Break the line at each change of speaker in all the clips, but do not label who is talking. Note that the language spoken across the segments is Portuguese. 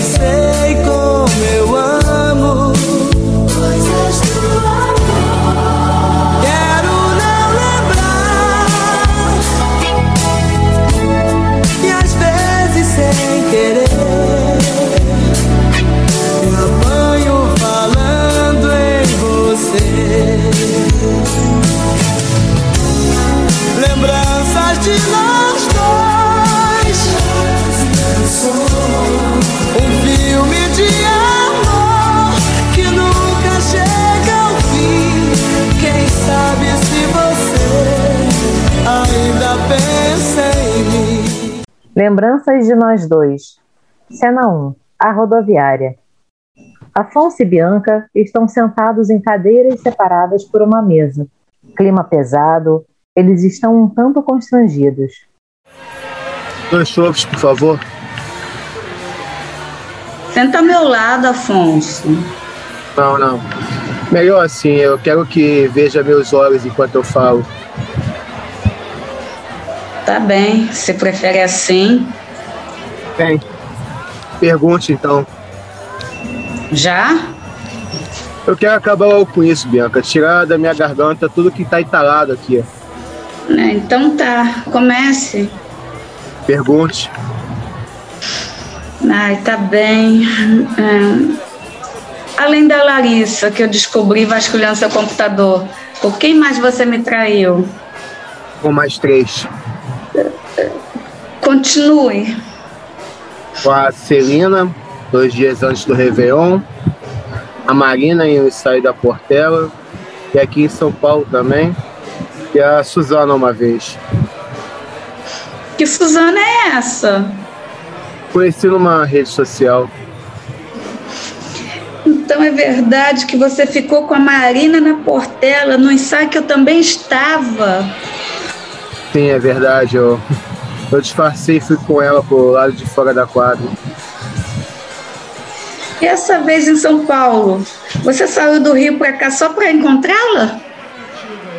sei como eu amo. Coisas do amor. Quero não lembrar. E às vezes sem querer. Me apanho falando em você. Lembranças de nós dois. Um filme de amor que nunca chega ao fim. Quem sabe se você ainda pensa em mim.
Lembranças de nós dois. Cena 1. A rodoviária. Afonso e Bianca estão sentados em cadeiras separadas por uma mesa. Clima pesado, eles estão um tanto constrangidos.
Dois chopes, por favor.
Senta ao meu lado, Afonso.
Não, não. Melhor assim, eu quero que veja meus olhos enquanto eu falo.
Tá bem, você prefere assim?
Bem, pergunte então.
Já?
Eu quero acabar logo com isso, Bianca. Tirar da minha garganta tudo que tá entalado aqui.
É, então tá, comece.
Pergunte.
Ai, tá bem. É. Além da Larissa, que eu descobri vasculhando seu computador, por quem mais você me traiu?
Com mais três.
Continue.
Com a Celina, dois dias antes do Réveillon, a Marina em sair da Portela, e aqui em São Paulo também, e a Suzana uma vez.
Que Suzana é essa?
Conheci numa rede social.
Então é verdade que você ficou com a Marina na Portela, no ensaio que eu também estava.
Sim, é verdade. Eu, eu disfarcei e fui com ela pro lado de fora da quadra.
E essa vez em São Paulo, você saiu do Rio para cá só para encontrá-la?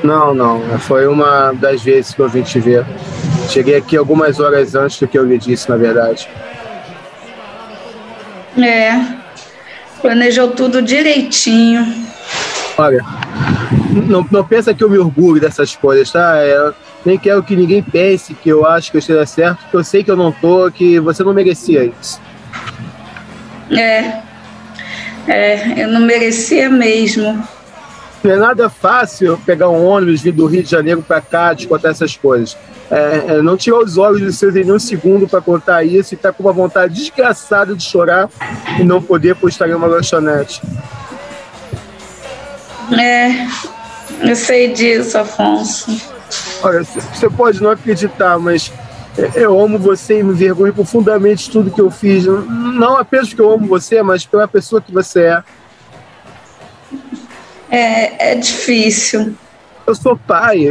Não, não. Foi uma das vezes que eu vim te ver. Cheguei aqui algumas horas antes do que eu lhe disse, na verdade.
É. Planejou tudo direitinho.
Olha, não, não pensa que eu me orgulho dessas coisas, tá? Eu nem quero que ninguém pense que eu acho que eu esteja certo, porque eu sei que eu não tô, que você não merecia isso.
É. É, eu não merecia mesmo.
Não é nada fácil pegar um ônibus, vir do Rio de Janeiro para cá, te contar essas coisas. É, não tirar os olhos dos seus em nenhum segundo para contar isso e tá com uma vontade desgraçada de chorar e não poder postar em uma lanchonete.
É, eu sei disso, Afonso.
Olha, você pode não acreditar, mas é, eu amo você e me vergonho profundamente de tudo que eu fiz. Não apenas porque eu amo você, mas pela pessoa que você é.
É, é difícil.
Eu sou pai.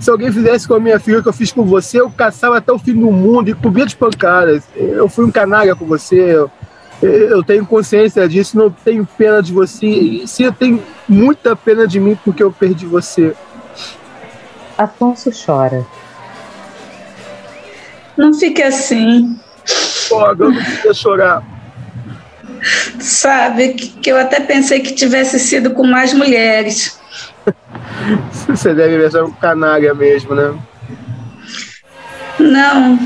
Se alguém fizesse com a minha filha o que eu fiz com você, eu caçava até o fim do mundo e cobria de pancadas. Eu fui um canalha com você. Eu, eu tenho consciência disso, não tenho pena de você. E sim, eu tenho muita pena de mim porque eu perdi você.
Afonso chora.
Não fique assim.
Foga, eu não queria chorar.
Sabe, que eu até pensei que tivesse sido com mais mulheres.
Você deve viajar com canalha mesmo, né?
Não,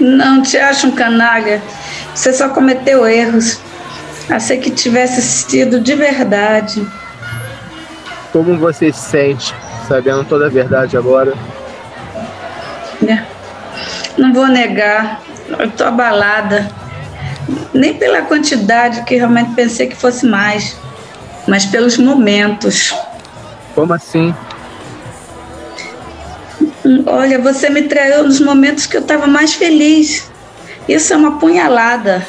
não te acho um canalha. Você só cometeu erros. Achei que tivesse sido de verdade.
Como você se sente, sabendo toda a verdade agora?
É. Não vou negar, eu tô abalada. Nem pela quantidade, que realmente pensei que fosse mais, mas pelos momentos.
Como assim?
Olha, você me traiu nos momentos que eu estava mais feliz. Isso é uma punhalada.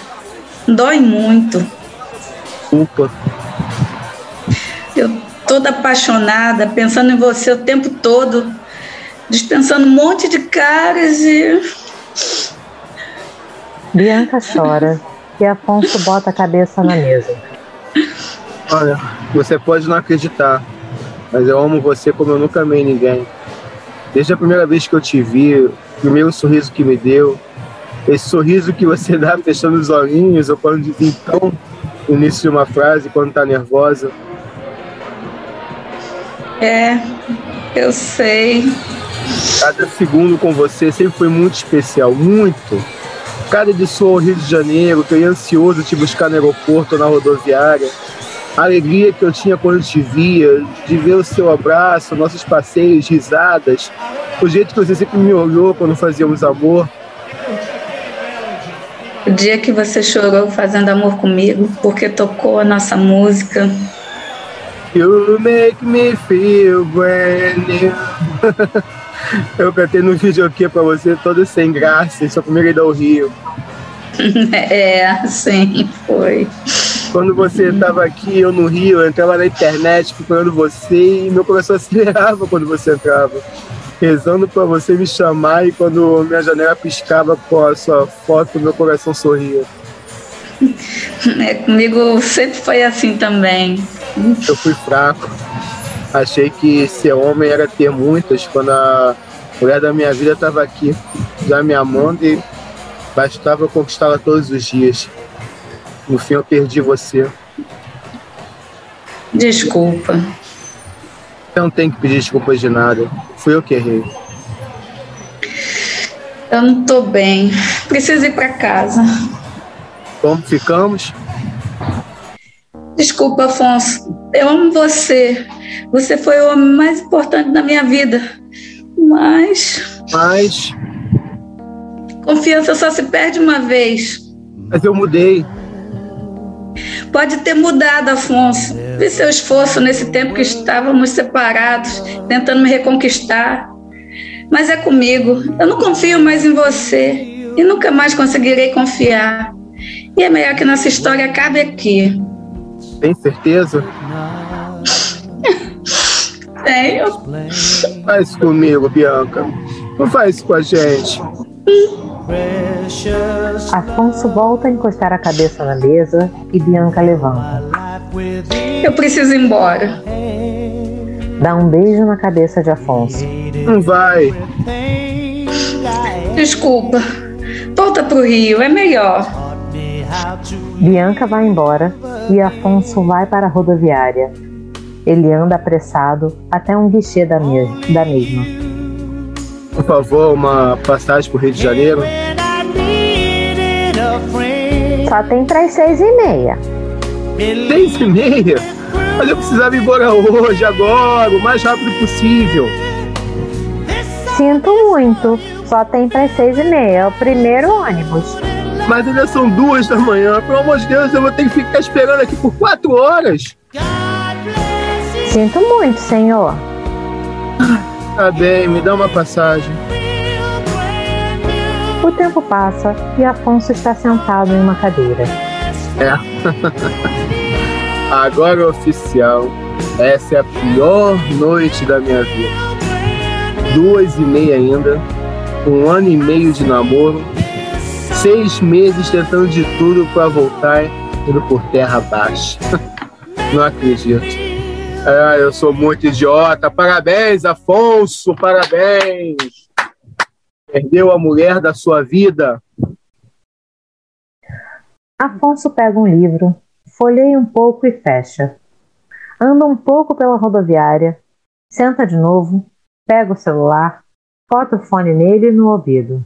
Dói muito.
Culpa.
Eu toda apaixonada, pensando em você o tempo todo, dispensando um monte de caras e.
Bianca chora e Afonso bota a cabeça na mesa.
Olha, você pode não acreditar, mas eu amo você como eu nunca amei ninguém. Desde a primeira vez que eu te vi, o primeiro sorriso que me deu, esse sorriso que você dá fechando os olhinhos ou quando diz então no início de uma frase, quando está nervosa.
É, eu sei.
Cada segundo com você sempre foi muito especial, muito. Cada de sua ao Rio de Janeiro, que eu ia ansioso te buscar no aeroporto ou na rodoviária. A alegria que eu tinha quando te via, de ver o seu abraço, nossos passeios, risadas, o jeito que você sempre me olhou quando fazíamos amor.
O dia que você chorou fazendo amor comigo, porque tocou a nossa música.
You make me feel brand new. Eu cantei no vídeo aqui pra você, todo sem graça, só comigo ainda ao Rio.
É, sim, foi.
Quando você estava aqui, eu no Rio, eu entrava na internet procurando você e meu coração acelerava quando você entrava. Rezando pra você me chamar e quando minha janela piscava com a sua foto, meu coração sorria.
É, comigo sempre foi assim também.
Eu fui fraco. Achei que ser homem era ter muitas. Quando a mulher da minha vida estava aqui, já me amando e bastava conquistá-la todos os dias. No fim, eu perdi você.
Desculpa.
Eu não tenho que pedir desculpas de nada. Fui eu que errei.
Eu não tô bem. Preciso ir pra casa.
Como ficamos?
Desculpa, Afonso. Eu amo você. Você foi o homem mais importante da minha vida. Mas
Mas,
confiança só se perde uma vez.
mas eu mudei.
Pode ter mudado, Afonso. Vi seu esforço nesse tempo que estávamos separados, tentando me reconquistar. Mas é comigo. Eu não confio mais em você e nunca mais conseguirei confiar. E é melhor que nossa história acabe aqui.
Tem certeza?
Tenho.
Faz isso comigo, Bianca. Não faz isso com a gente.
Afonso volta a encostar a cabeça na mesa e Bianca levanta.
Eu preciso ir embora.
Dá um beijo na cabeça de Afonso.
Não vai.
Desculpa. Volta pro Rio, é melhor.
Bianca vai embora e Afonso vai para a rodoviária. Ele anda apressado até um guichê da, mes- da mesma.
Por favor, uma passagem pro Rio de Janeiro.
Só tem para as seis e meia.
Seis e meia? Mas eu precisava ir embora hoje, agora, o mais rápido possível.
Sinto muito, só tem para as seis e meia. É o primeiro ônibus.
Mas ainda são duas da manhã. Pelo amor de Deus, eu vou ter que ficar esperando aqui por quatro horas.
Sinto muito, senhor.
Tá bem, me dá uma passagem.
O tempo passa e Afonso está sentado em uma cadeira.
Agora é oficial. Essa é a pior noite da minha vida. Duas e meia ainda. Um ano e meio de namoro. Seis meses tentando de tudo pra voltar, indo por terra abaixo. Não acredito. Ah, eu sou muito idiota. Parabéns, Afonso. Parabéns. Perdeu a mulher da sua vida.
Afonso pega um livro, folheia um pouco e fecha. Anda um pouco pela rodoviária, senta de novo, pega o celular, bota o fone nele e no ouvido.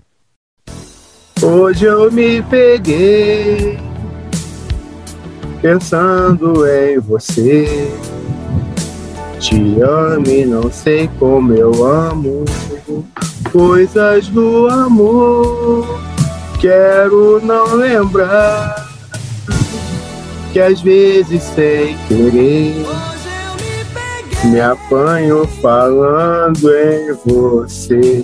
Hoje eu me peguei pensando em você. Te amo e não sei como eu amo. Coisas do amor quero não lembrar. Que às vezes sem querer me apanho falando em você.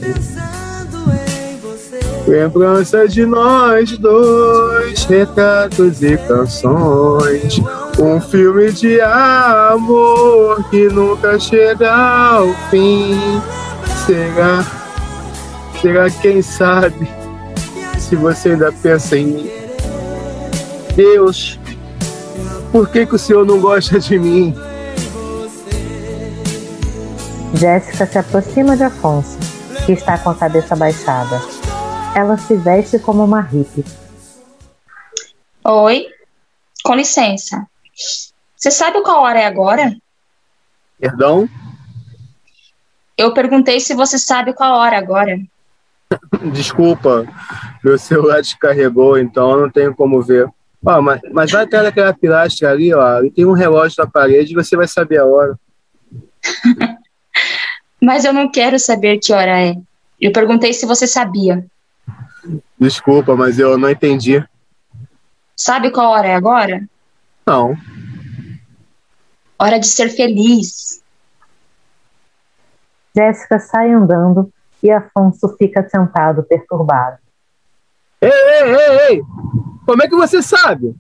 Lembrança de nós dois, retratos e canções. Um filme de amor que nunca chega ao fim. Será? Será quem sabe? Se você ainda pensa em mim. Deus, por que, que o senhor não gosta de mim?
Jéssica se aproxima de Afonso, que está com a cabeça baixada. Ela se veste como uma hippie.
Oi, com licença. Você sabe qual hora é agora?
Perdão?
Eu perguntei se você sabe qual hora é agora.
Desculpa, meu celular descarregou, então eu não tenho como ver. Ó, mas, mas vai até naquela pilastra ali, ó, e tem um relógio na parede e você vai saber a hora.
Mas eu não quero saber que hora é. Eu perguntei se você sabia.
Desculpa, mas eu não entendi.
Sabe qual hora é agora?
Não.
Hora de ser feliz.
Jéssica sai andando e Afonso fica sentado perturbado.
Ei, ei, ei, ei! Como é que você sabe?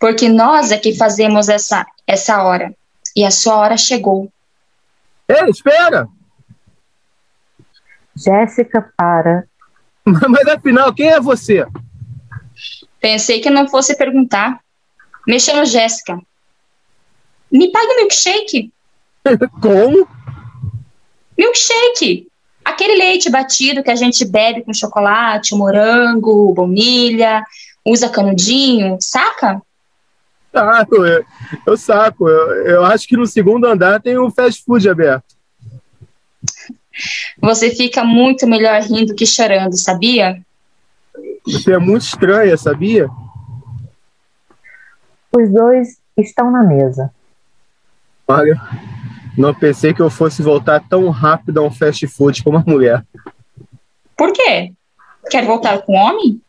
Porque nós é que fazemos essa, essa hora. E a sua hora chegou.
Ei, espera!
Jéssica para.
Mas afinal, quem é você?
Pensei que não fosse perguntar. Mexendo Jéssica. Me paga o milkshake.
Como?
Milkshake. Aquele leite batido que a gente bebe com chocolate, morango, baunilha, usa canudinho, saca?
Saco, eu, eu saco. Eu, eu acho que no segundo andar tem um fast food aberto.
Você fica muito melhor rindo que chorando, sabia?
Você é muito estranha, sabia?
Os dois estão na mesa.
Olha, não pensei que eu fosse voltar tão rápido a um fast food como a mulher.
Por quê? Quer voltar com homem?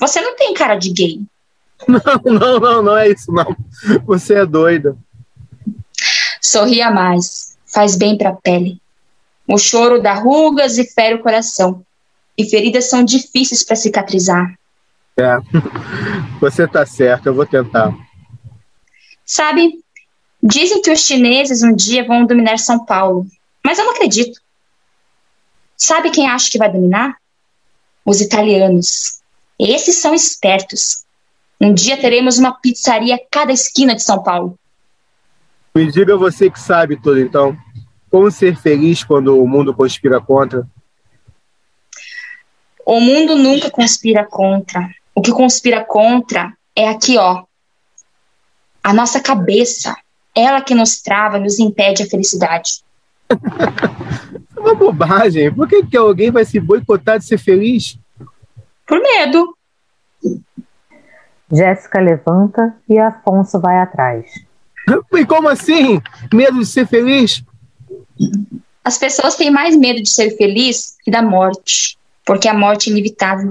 Você não tem cara de gay.
Não, não, não, não é isso, não. Você é doida.
Sorria mais. Faz bem para a pele. O choro dá rugas e fere o coração. E feridas são difíceis para cicatrizar.
É. Você tá certa, eu vou tentar.
Sabe, dizem que os chineses um dia vão dominar São Paulo, mas eu não acredito. Sabe quem acha que vai dominar? Os italianos. Esses são espertos. Um dia teremos uma pizzaria a cada esquina de São Paulo.
Me diga você que sabe tudo, então. Como ser feliz quando o mundo conspira contra?
O mundo nunca conspira contra. O que conspira contra é aqui, ó. A nossa cabeça. Ela que nos trava, nos impede a felicidade.
É uma bobagem. Por que, que alguém vai se boicotar de ser feliz?
Por medo.
Jéssica levanta e Afonso vai atrás.
E como assim? Medo de ser feliz?
As pessoas têm mais medo de ser feliz que da morte, porque a morte é inevitável.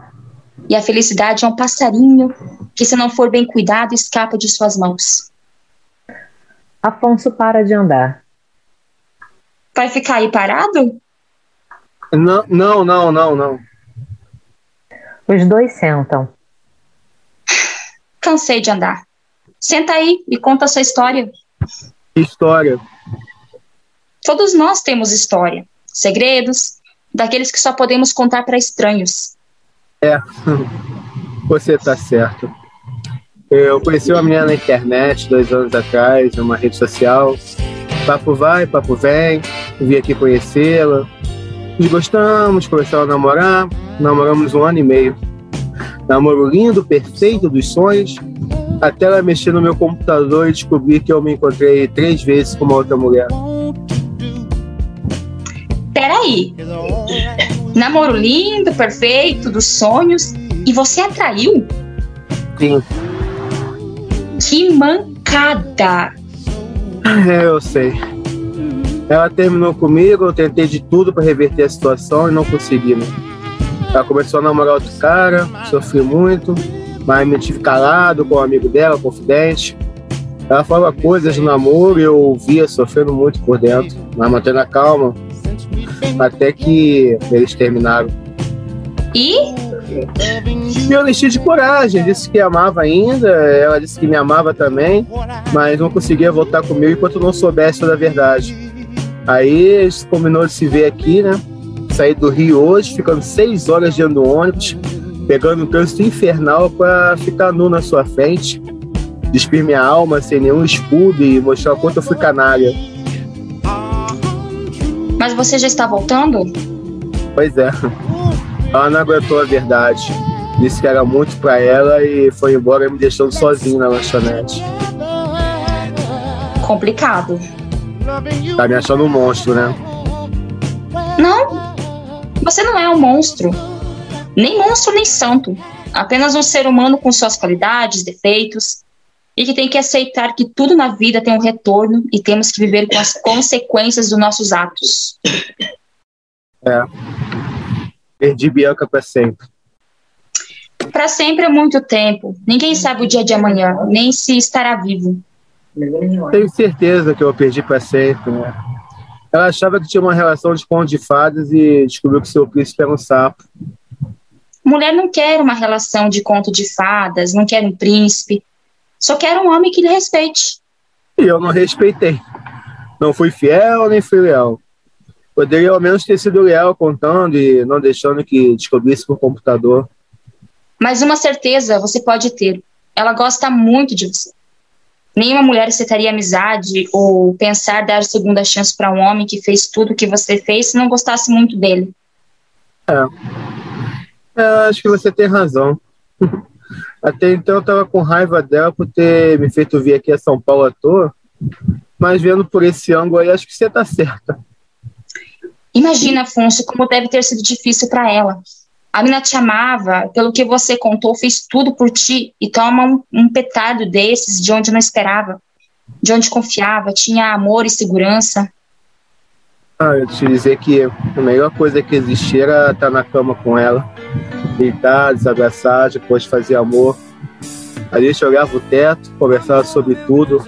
E a felicidade é um passarinho que, se não for bem cuidado, escapa de suas mãos.
Afonso para de andar.
Vai ficar aí parado?
Não, não, não, não, não.
Os dois sentam.
Cansei de andar. Senta aí e conta a sua história.
Que História.
Todos nós temos história, segredos, daqueles que só podemos contar para estranhos.
É, você tá certo. Eu conheci uma menina na internet dois anos atrás, numa é rede social. Papo vai, papo vem. Vim aqui conhecê-la. Nos gostamos, começamos a namorar. Namoramos um ano e meio. Namoro lindo, perfeito, dos sonhos. Até ela mexer no meu computador e descobrir que eu me encontrei três vezes com uma outra mulher.
Peraí. Namoro lindo, perfeito, dos sonhos. E você atraiu?
Sim,
Que mancada!
É, eu sei. Ela terminou comigo, eu tentei de tudo para reverter a situação e não consegui, né? Ela começou a namorar outro cara, sofri muito, mas me tive calado com um amigo dela, confidente. Ela falava coisas no namoro e eu ouvia, sofrendo muito por dentro, mas mantendo a calma. Até que eles terminaram.
E
E eu enchi de coragem, disse que amava ainda, ela disse que me amava também, mas não conseguia voltar comigo enquanto não soubesse toda a verdade. Aí a gente combinou de se ver aqui, né? Saí do Rio hoje, ficando seis horas dentro do ônibus, pegando um trânsito infernal para ficar nu na sua frente, despir minha alma sem nenhum escudo e mostrar o quanto eu fui canalha.
mas você já está voltando?
Pois é. Ela não aguentou a verdade. Disse que era muito pra ela e foi embora me deixando sozinho na lanchonete.
Complicado.
Tá me achando um monstro, né?
Não, você não é um monstro. Nem monstro, nem santo. Apenas um ser humano com suas qualidades, defeitos. E que tem que aceitar que tudo na vida tem um retorno e temos que viver com as consequências dos nossos atos.
É. Perdi Bianca pra sempre.
Para sempre é muito tempo. Ninguém sabe o dia de amanhã, nem se estará vivo.
Tenho certeza que eu perdi pra sempre, né? Ela achava que tinha uma relação de conto de fadas e descobriu que seu príncipe era um sapo.
Mulher não quer uma relação de conto de fadas, não quer um príncipe. Só quer um homem que lhe respeite.
E eu não respeitei. Não fui fiel nem fui leal. Poderia ao menos ter sido leal contando e não deixando que descobrisse por computador.
Mas uma certeza você pode ter: ela gosta muito de você. Nenhuma mulher aceitaria amizade ou pensar dar segunda chance para um homem que fez tudo o que você fez se não gostasse muito dele.
É, acho que você tem razão. Até então eu tava com raiva dela por ter me feito vir aqui a São Paulo à toa, mas vendo por esse ângulo aí, acho que você tá certa.
Imagina, Afonso, como deve ter sido difícil para ela. A mina te amava, pelo que você contou, fez tudo por ti e toma um, um petardo desses de onde não esperava, de onde confiava, tinha amor e segurança.
Ah, eu te dizer que a melhor coisa que existia era estar na cama com ela, deitar, desabraçar, depois fazer amor. A gente olhava o teto, conversava sobre tudo,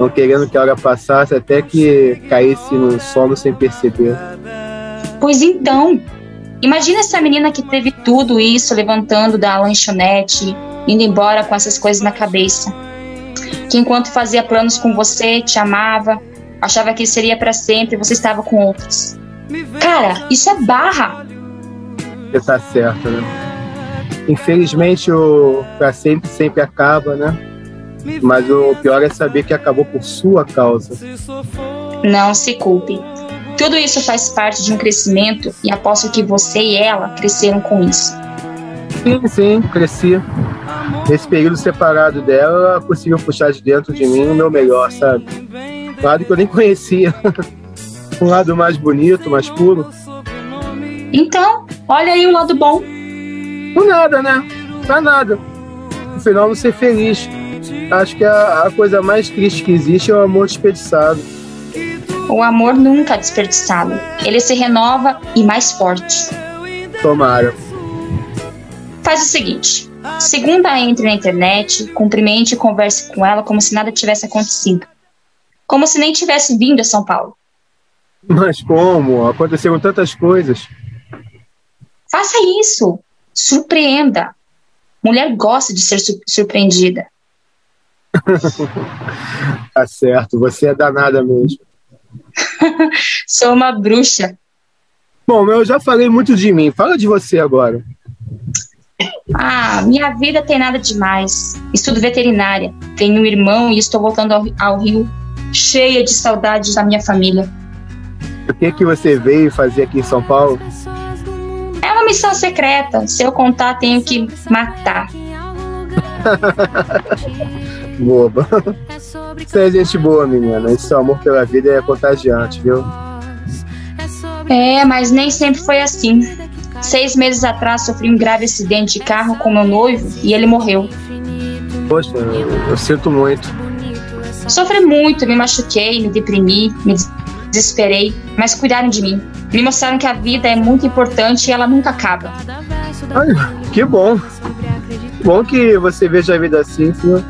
não querendo que a hora passasse até que caísse no sono sem perceber.
Pois então, imagina essa menina que teve tudo isso levantando da lanchonete, indo embora com essas coisas na cabeça. Que enquanto fazia planos com você, te amava, achava que seria pra sempre, você estava com outros. Cara, isso é barra.
Você tá certo, né? Infelizmente o pra sempre sempre acaba, né? Mas o pior é saber que acabou por sua causa.
Não se culpe. Tudo isso faz parte de um crescimento e aposto que você e ela cresceram com isso.
Sim, sim, cresci. Nesse período separado dela, ela conseguiu puxar de dentro de mim o meu melhor, sabe? Um lado que eu nem conhecia. um lado mais bonito, mais puro.
Então, olha aí o lado bom.
Do nada, né? Pra nada. No final, não ser feliz. Acho que a, a coisa mais triste que existe é o amor desperdiçado.
O amor nunca é desperdiçado. Ele se renova e mais forte.
Tomara.
Faz o seguinte: segunda, entre na internet, cumprimente e converse com ela como se nada tivesse acontecido. Como se nem tivesse vindo a São Paulo.
Mas como? Aconteceram tantas coisas.
Faça isso. Surpreenda. Mulher gosta de ser su- surpreendida.
Tá certo, você é danada mesmo.
Sou uma bruxa.
Bom, eu já falei muito de mim. Fala de você agora.
Ah, minha vida tem nada demais. Estudo veterinária. Tenho um irmão e estou voltando ao, ao Rio cheia de saudades da minha família.
O que que você veio fazer aqui em São Paulo?
É uma missão secreta. Se eu contar, tenho que matar.
Boba. Você é gente boa, menina. Esse seu amor pela vida é contagiante, viu?
É, mas nem sempre foi assim. Seis meses atrás sofri um grave acidente de carro com meu noivo e ele morreu.
Poxa, eu, eu sinto muito.
Sofri muito, me machuquei, me deprimi, me des- desesperei, mas cuidaram de mim. Me mostraram que a vida é muito importante e ela nunca acaba.
Que bom. Bom que você veja a vida assim, viu?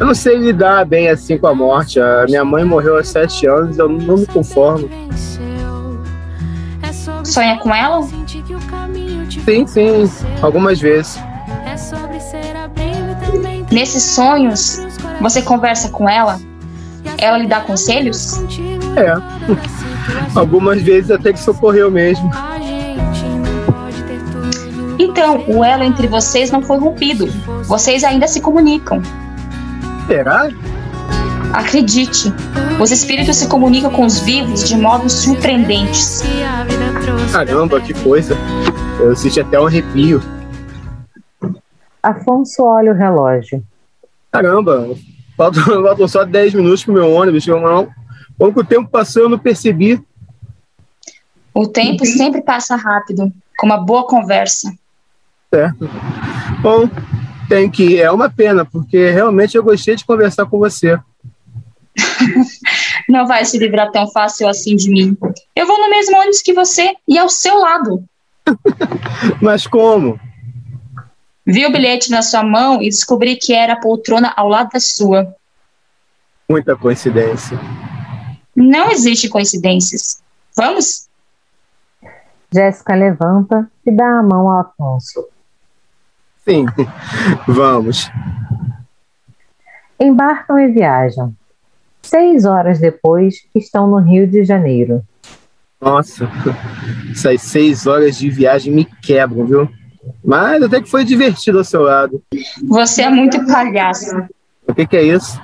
Eu não sei lidar bem assim com a morte. A minha mãe morreu aos sete anos, eu não me conformo.
Sonha com ela?
Sim, sim, algumas vezes.
Nesses sonhos, você conversa com ela? Ela lhe dá conselhos?
É. Algumas vezes até que socorreu mesmo.
Então, o elo entre vocês não foi rompido. Vocês ainda se comunicam.
Será?
Acredite, os espíritos se comunicam com os vivos de modos surpreendentes.
Caramba, que coisa. Eu senti até um arrepio.
Afonso olha o relógio.
Caramba, faltam, faltam só 10 minutos pro meu ônibus. Eu não- Quando que o tempo passou, eu não percebi.
O tempo sempre passa rápido, com uma boa conversa.
Bom, tem que ir. É uma pena, porque realmente eu gostei de conversar com você.
Não vai se livrar tão fácil assim de mim. Eu vou no mesmo ônibus que você e ao seu lado.
Mas como?
Vi o bilhete na sua mão e descobri que era a poltrona ao lado da sua.
Muita coincidência.
Não existe coincidências. Vamos?
Jéssica levanta e dá a mão a Afonso.
Sim, vamos.
Embarcam e viajam. Seis horas depois, estão no Rio de Janeiro.
Nossa, essas seis horas de viagem me quebram, viu? Mas até que foi divertido ao seu lado.
Você é muito palhaço.
O que, que é isso?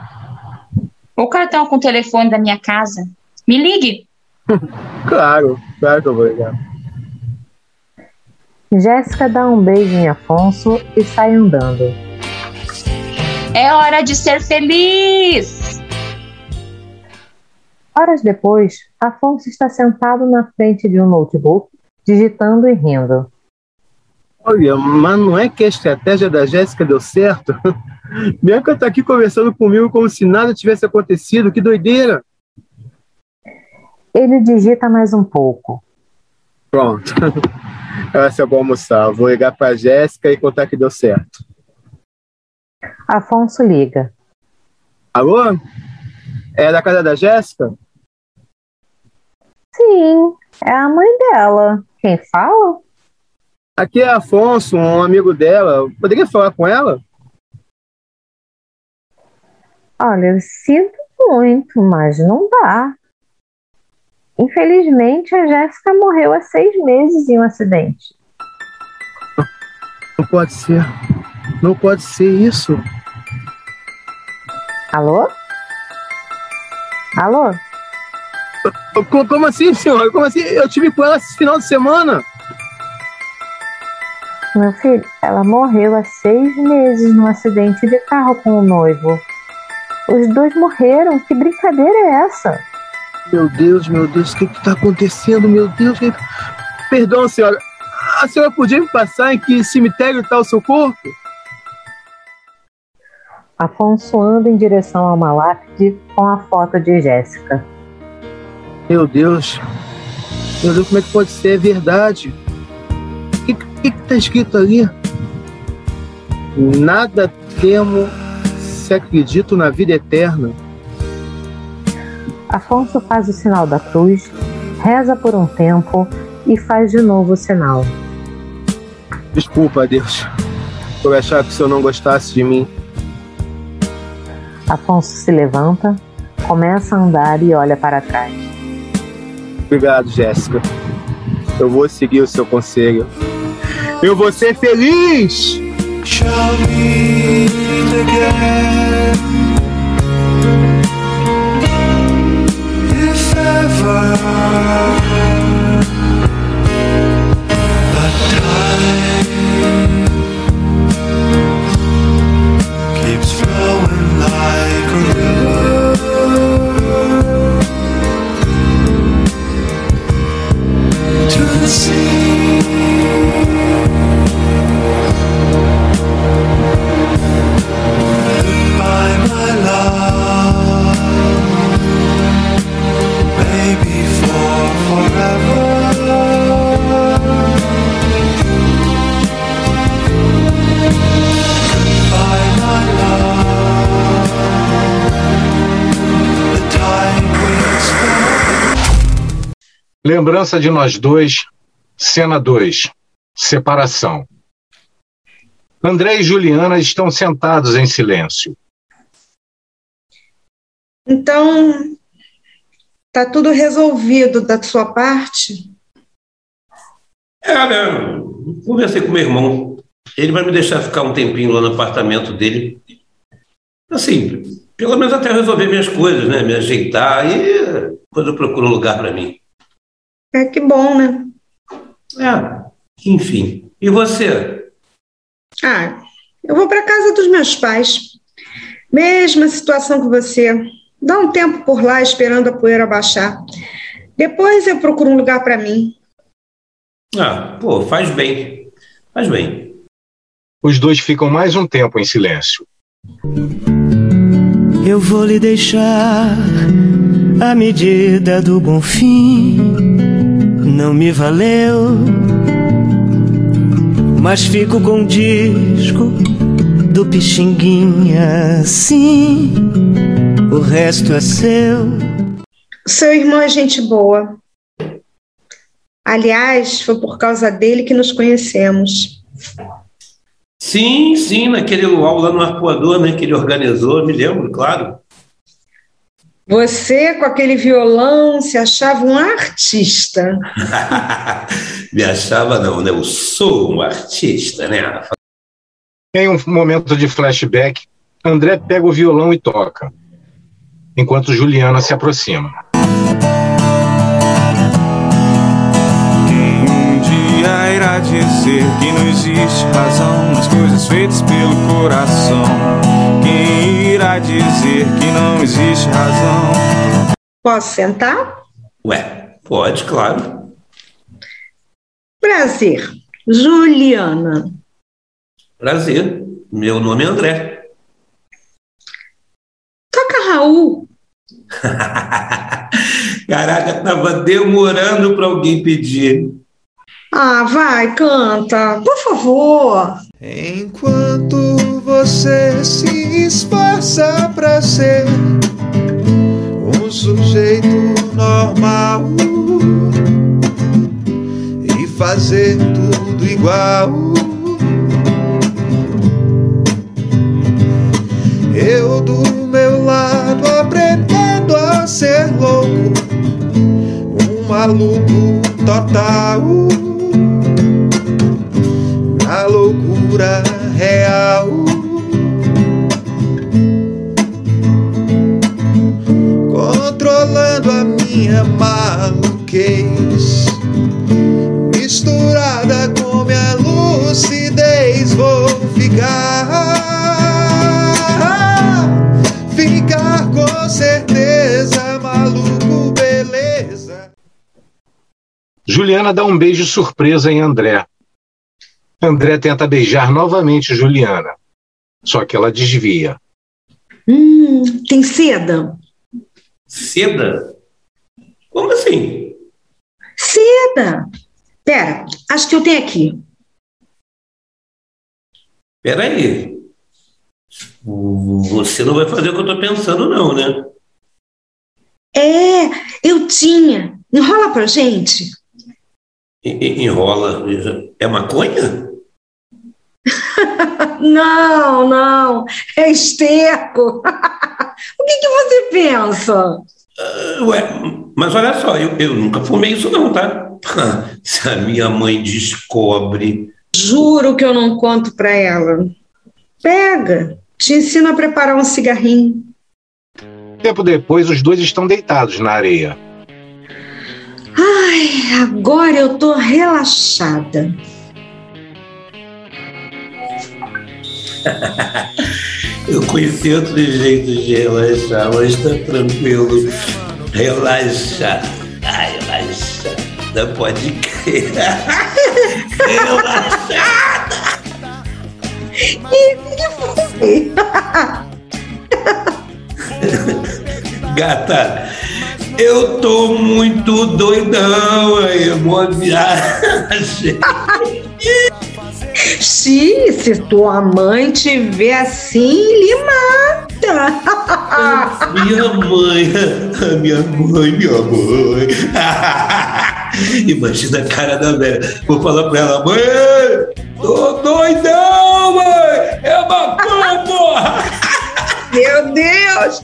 O cartão com o telefone da minha casa. Me ligue.
Claro, claro que eu vou ligar.
Jéssica dá um beijo em Afonso e sai andando.
É hora de ser feliz.
Horas depois, Afonso está sentado na frente de um notebook, digitando e rindo.
Olha, mas não é que a estratégia da Jéssica deu certo? Bianca tá aqui conversando comigo como se nada tivesse acontecido, que doideira!
Ele digita mais um pouco.
Pronto. Essa eu vou almoçar. Eu Vou ligar pra Jéssica e contar que deu certo.
Afonso liga.
Alô? É da casa da Jéssica?
Sim, é a mãe dela. Quem fala?
Aqui é Afonso, um amigo dela. Eu Poderia falar com ela?
Olha, eu sinto muito, mas não dá. Infelizmente, a Jéssica morreu há seis meses em um acidente.
Não pode ser. Não pode ser isso.
Alô? Alô?
Co- Como assim, senhora? Como assim? Eu tive com ela esse final de semana.
Meu filho, ela morreu há seis meses num acidente de carro com o noivo. Os dois morreram. Que brincadeira é essa?
Meu Deus, meu Deus, o que está acontecendo? Meu Deus, que... perdão, senhora. A senhora podia me passar em que cemitério está o seu corpo?
Afonso anda em direção a uma lápide com a foto de Jéssica.
Meu Deus. Meu Deus, como é que pode ser? É verdade. O que, que, que tá escrito ali? Nada temo se acredito na vida eterna.
Afonso faz o sinal da cruz, reza por um tempo e faz de novo o sinal.
Desculpa, Deus, por achar que o senhor não gostasse de mim.
Afonso se levanta, começa a andar e olha para trás.
Obrigado, Jéssica. Eu vou seguir o seu conselho. Eu vou ser feliz!
Shall meet again if ever but time keeps flowing like a river to the sea. by my love, maybe for forever. Goodbye, my love. The time waits for.
Lembrança de nós dois, cena 2, separação. André e Juliana estão sentados em silêncio.
Então, tá tudo resolvido da sua parte?
É, né? Conversei com meu irmão. Ele vai me deixar ficar um tempinho lá no apartamento dele. Assim, pelo menos até eu resolver minhas coisas, né? Me ajeitar e depois eu procuro um lugar para mim.
É que bom, né?
É. Enfim. E você?
Ah, eu vou para casa dos meus pais. Mesma situação que você. Dá um tempo por lá esperando a poeira baixar. Depois eu procuro um lugar para mim.
Ah, pô, faz bem. Faz bem.
Os dois ficam mais um tempo em silêncio.
Eu vou lhe deixar a medida do bom fim. Não me valeu, mas fico com o disco do Pixinguinha. Sim, o resto é seu.
Seu irmão é gente boa. Aliás, foi por causa dele que nos conhecemos.
Sim, sim, naquele luau lá no Arcoador, né, que ele organizou, me lembro, claro.
Você, com aquele violão, se achava um artista.
me achava não, né? Eu sou um artista, né, Rafa?
Em um momento de flashback, André pega o violão e toca, enquanto Juliana se aproxima.
Quem um dia irá dizer que não existe razão nas coisas feitas pelo coração? Quem irá dizer que não existe razão?
Posso sentar?
Ué, pode, claro.
Prazer, Juliana.
Prazer. Meu nome é André.
Toca Raul.
Caraca, tava demorando para alguém pedir.
Ah, vai, canta, por favor.
Enquanto você se esforça pra ser um sujeito normal e fazer tudo igual, eu do meu lado aprendendo a ser louco, um maluco total a loucura real. Controlando a minha maluquez, misturada com minha lucidez, vou ficar, ficar com certeza maluco, beleza.
Juliana dá um beijo surpresa em André. André tenta beijar novamente Juliana, só que ela desvia.
Hum, tem seda?
Seda? Como assim?
Seda! Pera, acho que eu tenho aqui.
Peraí. Você não vai fazer o que eu tô pensando, não, né?
É, eu tinha. Enrola pra gente.
E- e- Enrola. É maconha?
Não, não, é esterco. o que, que você pensa?
Ué, mas olha só, eu, eu nunca fumei isso não, tá? Se a minha mãe descobre...
Juro que eu não conto pra ela. Pega, te ensino a preparar um cigarrinho.
Tempo depois, os dois estão deitados na areia.
Ai, agora eu tô relaxada.
Eu conheci outros jeitos de relaxar, mas tá tranquilo. Relaxa. Ah, relaxa. Não pode crer. Relaxa.
E o que foi?
Gata, eu tô muito doidão aí, boa viagem.
Xi, se tua mãe te vê assim, lhe mata.
Minha mãe, a minha mãe, minha mãe. Imagina a cara da velha. Vou falar pra ela, mãe, tô doidão, mãe! É maconha, porra!
Meu Deus!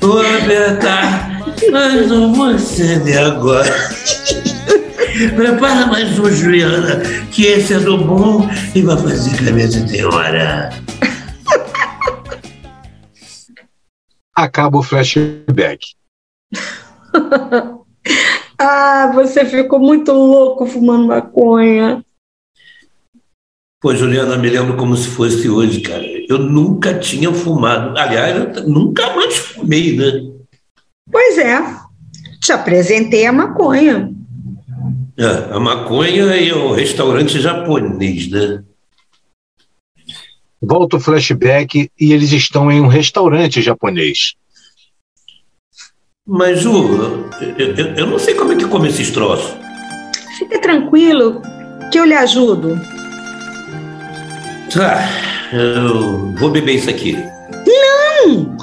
Vou apertar mais um CD agora. Prepara mais um, Juliana, que esse é do bom e vai fazer cabeça de hora.
Acaba o flashback.
Ah, você ficou muito louco fumando maconha.
Pô, Juliana, me lembro como se fosse hoje, cara. Eu nunca tinha fumado. Aliás, eu t- nunca mais fumei, né?
Pois é, te apresentei a maconha.
É, a maconha e o restaurante japonês, né?
Volta o flashback e eles estão em um restaurante japonês.
Mas, Ju, eu, eu- eu não sei como é que come esses troços.
Fica tranquilo que eu lhe ajudo.
Tá, eu vou beber isso aqui.
Não!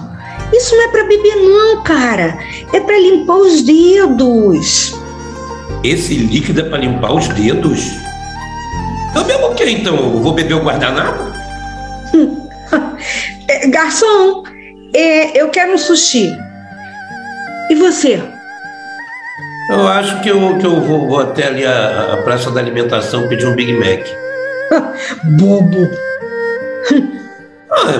Isso não é pra beber, não, cara. É pra limpar os dedos.
Esse líquido é pra limpar os dedos? Eu bebo o quê, então? Eu vou beber o guardanapo?
É, garçom, é, eu quero um sushi. E você?
Eu acho que eu, que eu vou, vou até ali a, a praça da alimentação pedir um Big Mac.
Bobo.
Ah,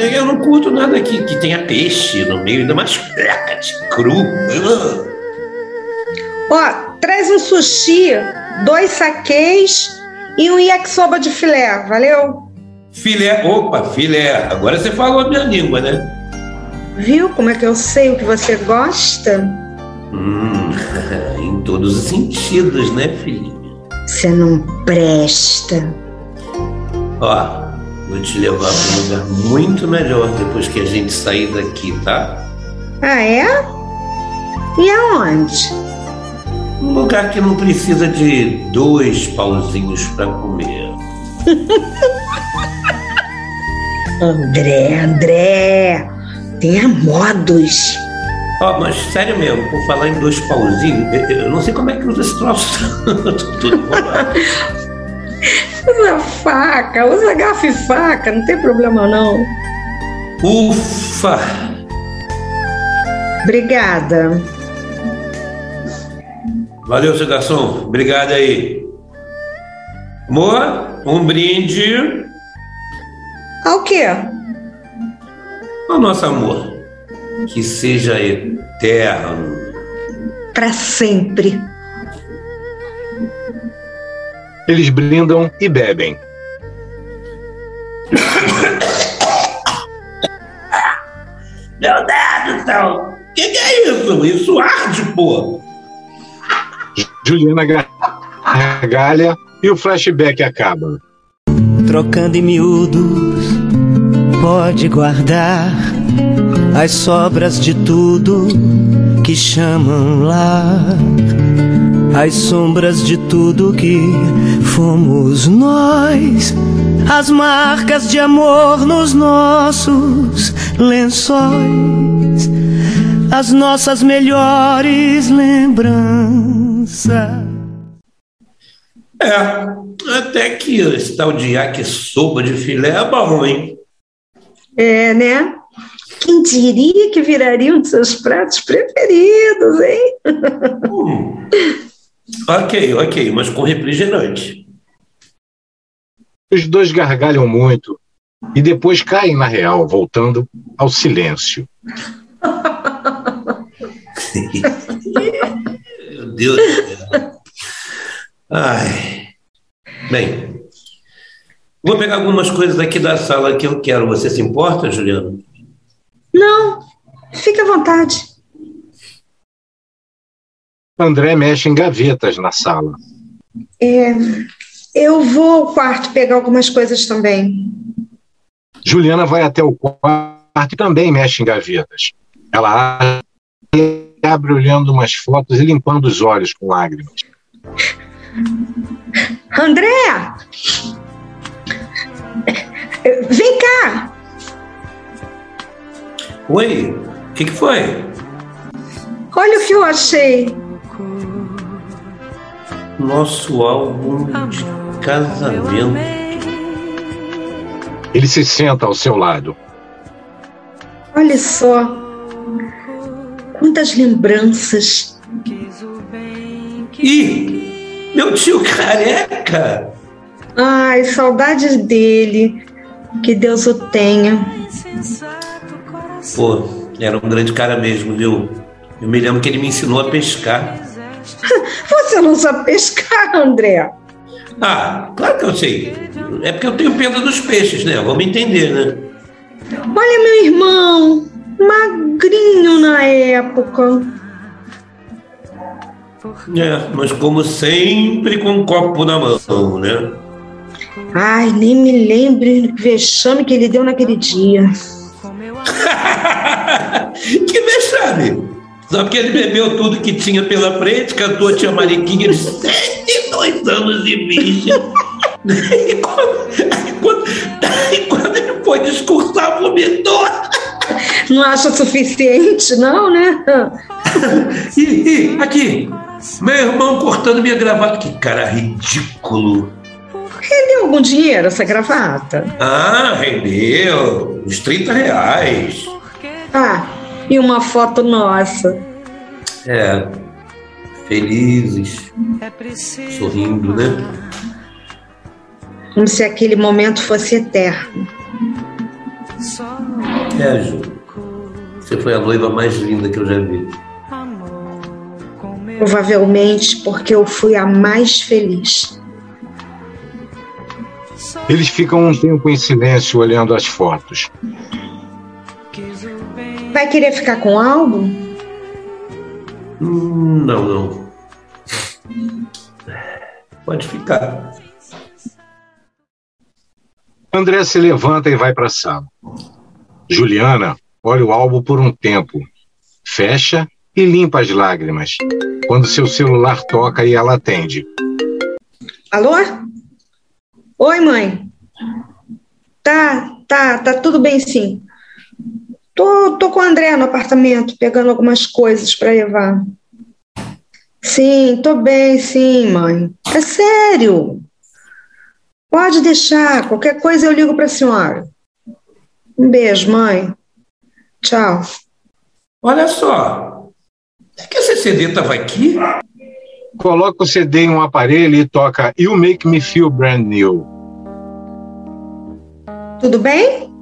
eu- eu não curto nada que, que tenha peixe no meio, ainda mais flecas, cru. Ah,
Ó, traz um sushi, dois saquês e um yakisoba de filé, valeu?
Filé, opa, filé. Agora você falou a minha língua, né?
Viu como é que eu sei o que você gosta?
Hum, em todos os sentidos, né, filhinha?
Você não presta.
Ó, vou te levar para um lugar muito melhor depois que a gente sair daqui, tá?
Ah, é? E aonde?
Um lugar que não precisa de dois pauzinhos para comer.
André, André, tenha modos.
Ó, mas sério mesmo, por falar em dois pauzinhos, eu, eu não sei como é que usa esse troço. Tô todo enrolado.
Usa faca, usa garfo e faca, não tem problema não.
Ufa!
Obrigada.
Valeu, seu garçom. Obrigado aí. Moa, um brinde
Ao quê?
ao nosso amor. Que seja eterno.
Pra sempre.
Eles brindam e bebem.
Meu Deus do céu! Que que é isso? Isso arde, pô!
Juliana gargalha e o flashback acaba.
Trocando em miúdos, pode guardar as sobras de tudo que chamam lar, as sombras de tudo que fomos nós, as marcas de amor nos nossos lençóis, as nossas melhores lembranças.
É, até que esse tal de yakisoba de filé é bom, hein?
É, né? Quem diria que viraria um dos seus pratos preferidos, hein?
Hum. Ok, ok, mas com refrigerante.
Os dois gargalham muito e depois caem na real, voltando ao silêncio.
Meu Deus do céu. Ai. Bem, vou pegar algumas coisas aqui da sala que eu quero. Você se importa, Juliano?
Não, fica à vontade.
André mexe em gavetas na sala.
É, eu vou ao quarto pegar algumas coisas também.
Juliana vai até o quarto e também mexe em gavetas. Ela abre olhando umas fotos e limpando os olhos com lágrimas.
André! É, Vem cá!
Oi, o que, que foi?
Olha o que eu achei.
Nosso álbum de casamento.
Ele se senta ao seu lado.
Olha só. Quantas lembranças.
Ih, meu tio careca!
Ai, saudades dele. Que Deus o tenha.
Pô, era um grande cara mesmo, viu? Eu me lembro que ele me ensinou a pescar.
Você não sabe pescar, André.
Ah, claro que eu sei. É porque eu tenho pena dos peixes, né? Vamos entender, né?
Olha meu irmão, magrinho na época.
É, mas como sempre com um copo na mão, né?
Ai, nem me lembro do vexame que ele deu naquele dia.
que vexame! Só porque ele bebeu tudo que tinha pela frente, cantou a tia Mariquinha de 102 anos de bicha. e quando, quando- e quando ele foi discursar, vomitou.
Não acha suficiente, não, né?
Ih, ih, aqui, meu irmão cortando minha gravata. Que cara ridículo.
Rendeu algum dinheiro essa gravata?
Ah, rendeu uns 30 reais.
Ah, e uma foto nossa.
É, felizes, sorrindo, né?
Como se aquele momento fosse eterno.
É, Ju, você foi a noiva mais linda que eu já vi.
Provavelmente porque eu fui a mais feliz.
Eles ficam um tempo em silêncio olhando as fotos.
Vai querer ficar com o álbum?
Hum, não, não. Pode ficar.
André se levanta e vai para a sala. Juliana olha o álbum por um tempo, fecha e limpa as lágrimas. Quando seu celular toca e ela atende.
Alô? Oi, mãe. Tá, tá, tá tudo bem sim. Tô, tô com o André no apartamento, pegando algumas coisas para levar. Sim, tô bem, sim, mãe. É sério. Pode deixar, qualquer coisa eu ligo para a senhora. Um beijo, mãe. Tchau.
Olha só. É que esse CD tava aqui?
Coloca o CD em um aparelho e toca You Make Me Feel Brand New.
Tudo bem?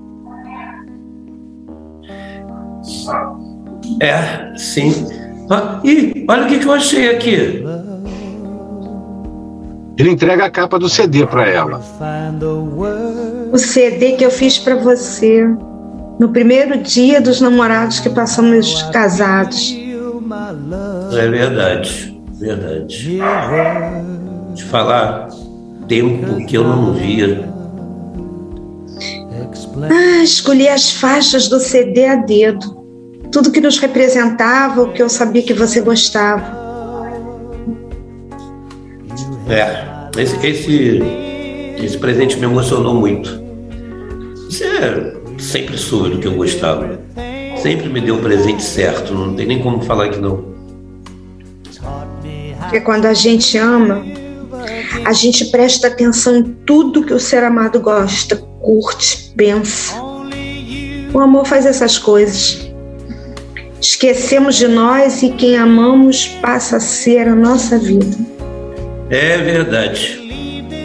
É, sim. Ah, Ih, olha o que, que eu achei É aqui.
Ele entrega a capa do CD para ela.
O CD que eu fiz para você no primeiro dia dos namorados que passamos casados.
É verdade, verdade. Te falar, tempo que eu não via.
Ah, escolhi as faixas do CD a dedo. Tudo que nos representava, o que eu sabia que você gostava.
É, esse, esse, esse presente me emocionou muito. Você é sempre soube do que eu gostava. Sempre me deu o presente certo, não tem nem como falar que não.
Porque quando a gente ama, a gente presta atenção em tudo que o ser amado gosta, curte, pensa. O amor faz essas coisas. Esquecemos de nós e quem amamos passa a ser a nossa vida.
É verdade.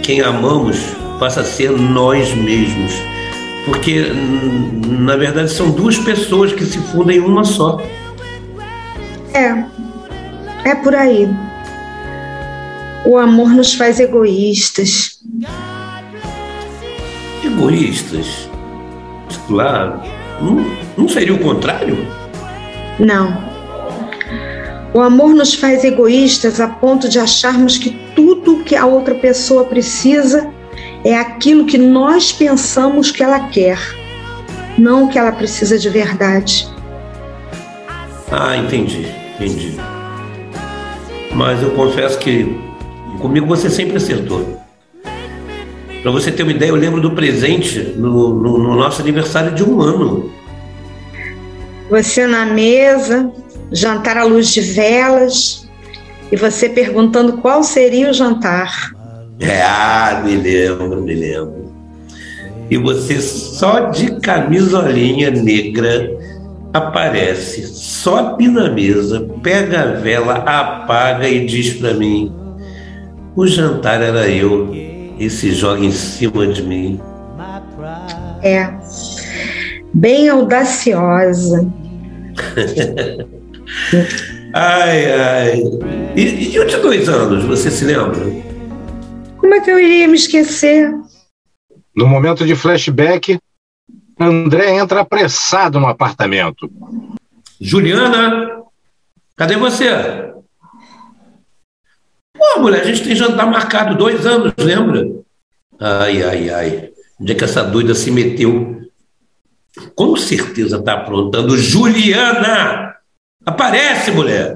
Quem amamos passa a ser nós mesmos. Porque, hum, na verdade, são duas pessoas que se fundem em uma só.
É, é por aí. O amor nos faz egoístas.
Egoístas. Claro. Não, não seria o contrário?
Não. O amor nos faz egoístas a ponto de acharmos que tudo que a outra pessoa precisa é aquilo que nós pensamos que ela quer, não o que ela precisa de verdade.
Ah, entendi, entendi. Mas eu confesso que comigo você sempre acertou. Para você ter uma ideia, eu lembro do presente no, no- no nosso aniversário de um ano.
Você na mesa, jantar à luz de velas e você perguntando qual seria o jantar.
É, ah, me lembro, me lembro. E você só de camisolinha negra aparece, sobe na mesa, pega a vela, apaga e diz para mim: o jantar era eu e se joga em cima de mim.
É. Bem audaciosa.
Ai, ai. E, e o de dois anos, você se lembra?
Como é que eu iria me esquecer?
No momento de flashback, André entra apressado no apartamento.
Juliana, cadê você? Pô, mulher, a gente tem jantar marcado dois anos, lembra? Ai, ai, ai. Onde é que essa doida se meteu? Com certeza tá aprontando. Juliana! Aparece, mulher!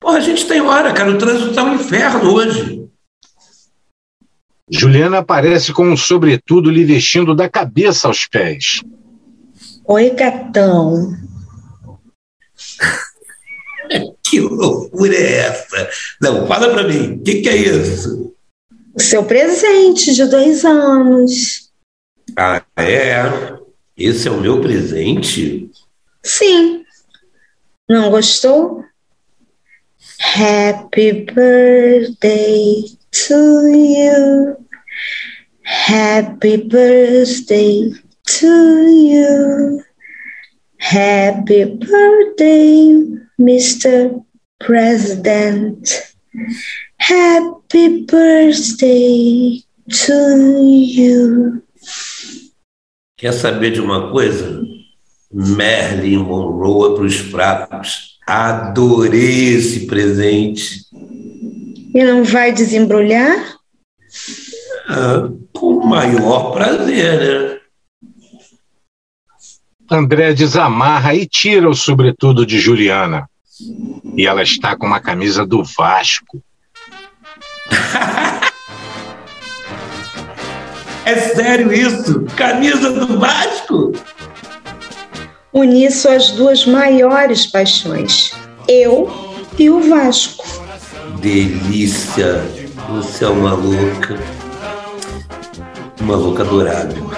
Porra, a gente tem hora, cara. O trânsito tá um inferno hoje.
Juliana aparece com um sobretudo lhe vestindo da cabeça aos pés.
Oi, gatão.
Que loucura é essa? Não, fala pra mim. O que, que é isso?
O seu presente de dois anos.
Ah, é? Esse é o meu presente?
Sim. Não gostou? Happy birthday to you. Happy birthday to you. Happy birthday, Mr. President. Happy birthday to you.
Quer saber de uma coisa? Merlin Monroe é para os pratos. Adorei esse presente.
E não vai desembrulhar?
Ah, com o maior prazer, né?
André desamarra e tira o sobretudo de Juliana. E ela está com uma camisa do Vasco.
É sério isso? Camisa do Vasco?
Uni suas duas maiores paixões, eu e o Vasco.
Delícia! Você é uma louca. Uma louca adorável.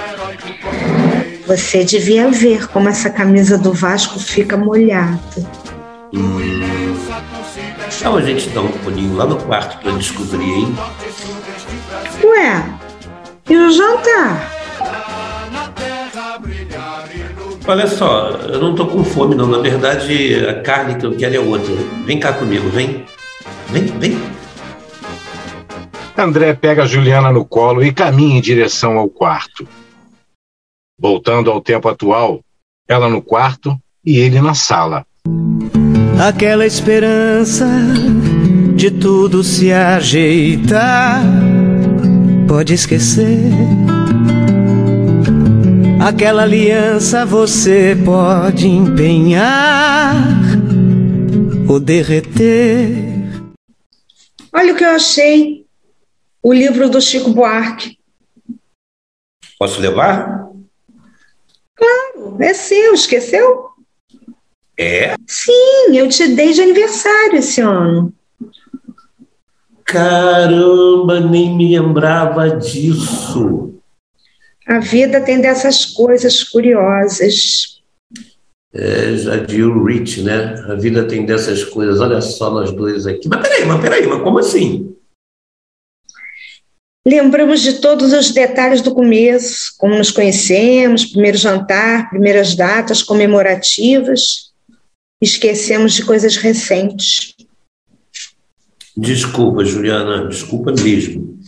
Você devia ver como essa camisa do Vasco fica molhada.
Hum. Então a gente dá um pulinho lá no quarto para descobrir, hein?
Ué, e o jantar?
Olha só, eu não tô com fome, não. Na verdade, a carne que eu quero é outra. Vem cá comigo, vem. Vem, vem.
André pega Juliana no colo e caminha em direção ao quarto. Voltando ao tempo atual, ela no quarto e ele na sala.
Aquela esperança de tudo se ajeitar. Pode esquecer. Aquela aliança você pode empenhar ou derreter.
Olha o que eu achei. O livro do Chico Buarque.
Posso levar?
É seu, esqueceu?
É.
Sim, eu te dei de aniversário esse ano.
Caramba, nem me lembrava disso.
A vida tem dessas coisas curiosas.
É, já o Rich, né? A vida tem dessas coisas. Olha só nós dois aqui. Mas peraí, mas peraí, mas como assim?
Lembramos de todos os detalhes do começo, como nos conhecemos, primeiro jantar, primeiras datas comemorativas. Esquecemos de coisas recentes.
Desculpa, Juliana, desculpa mesmo.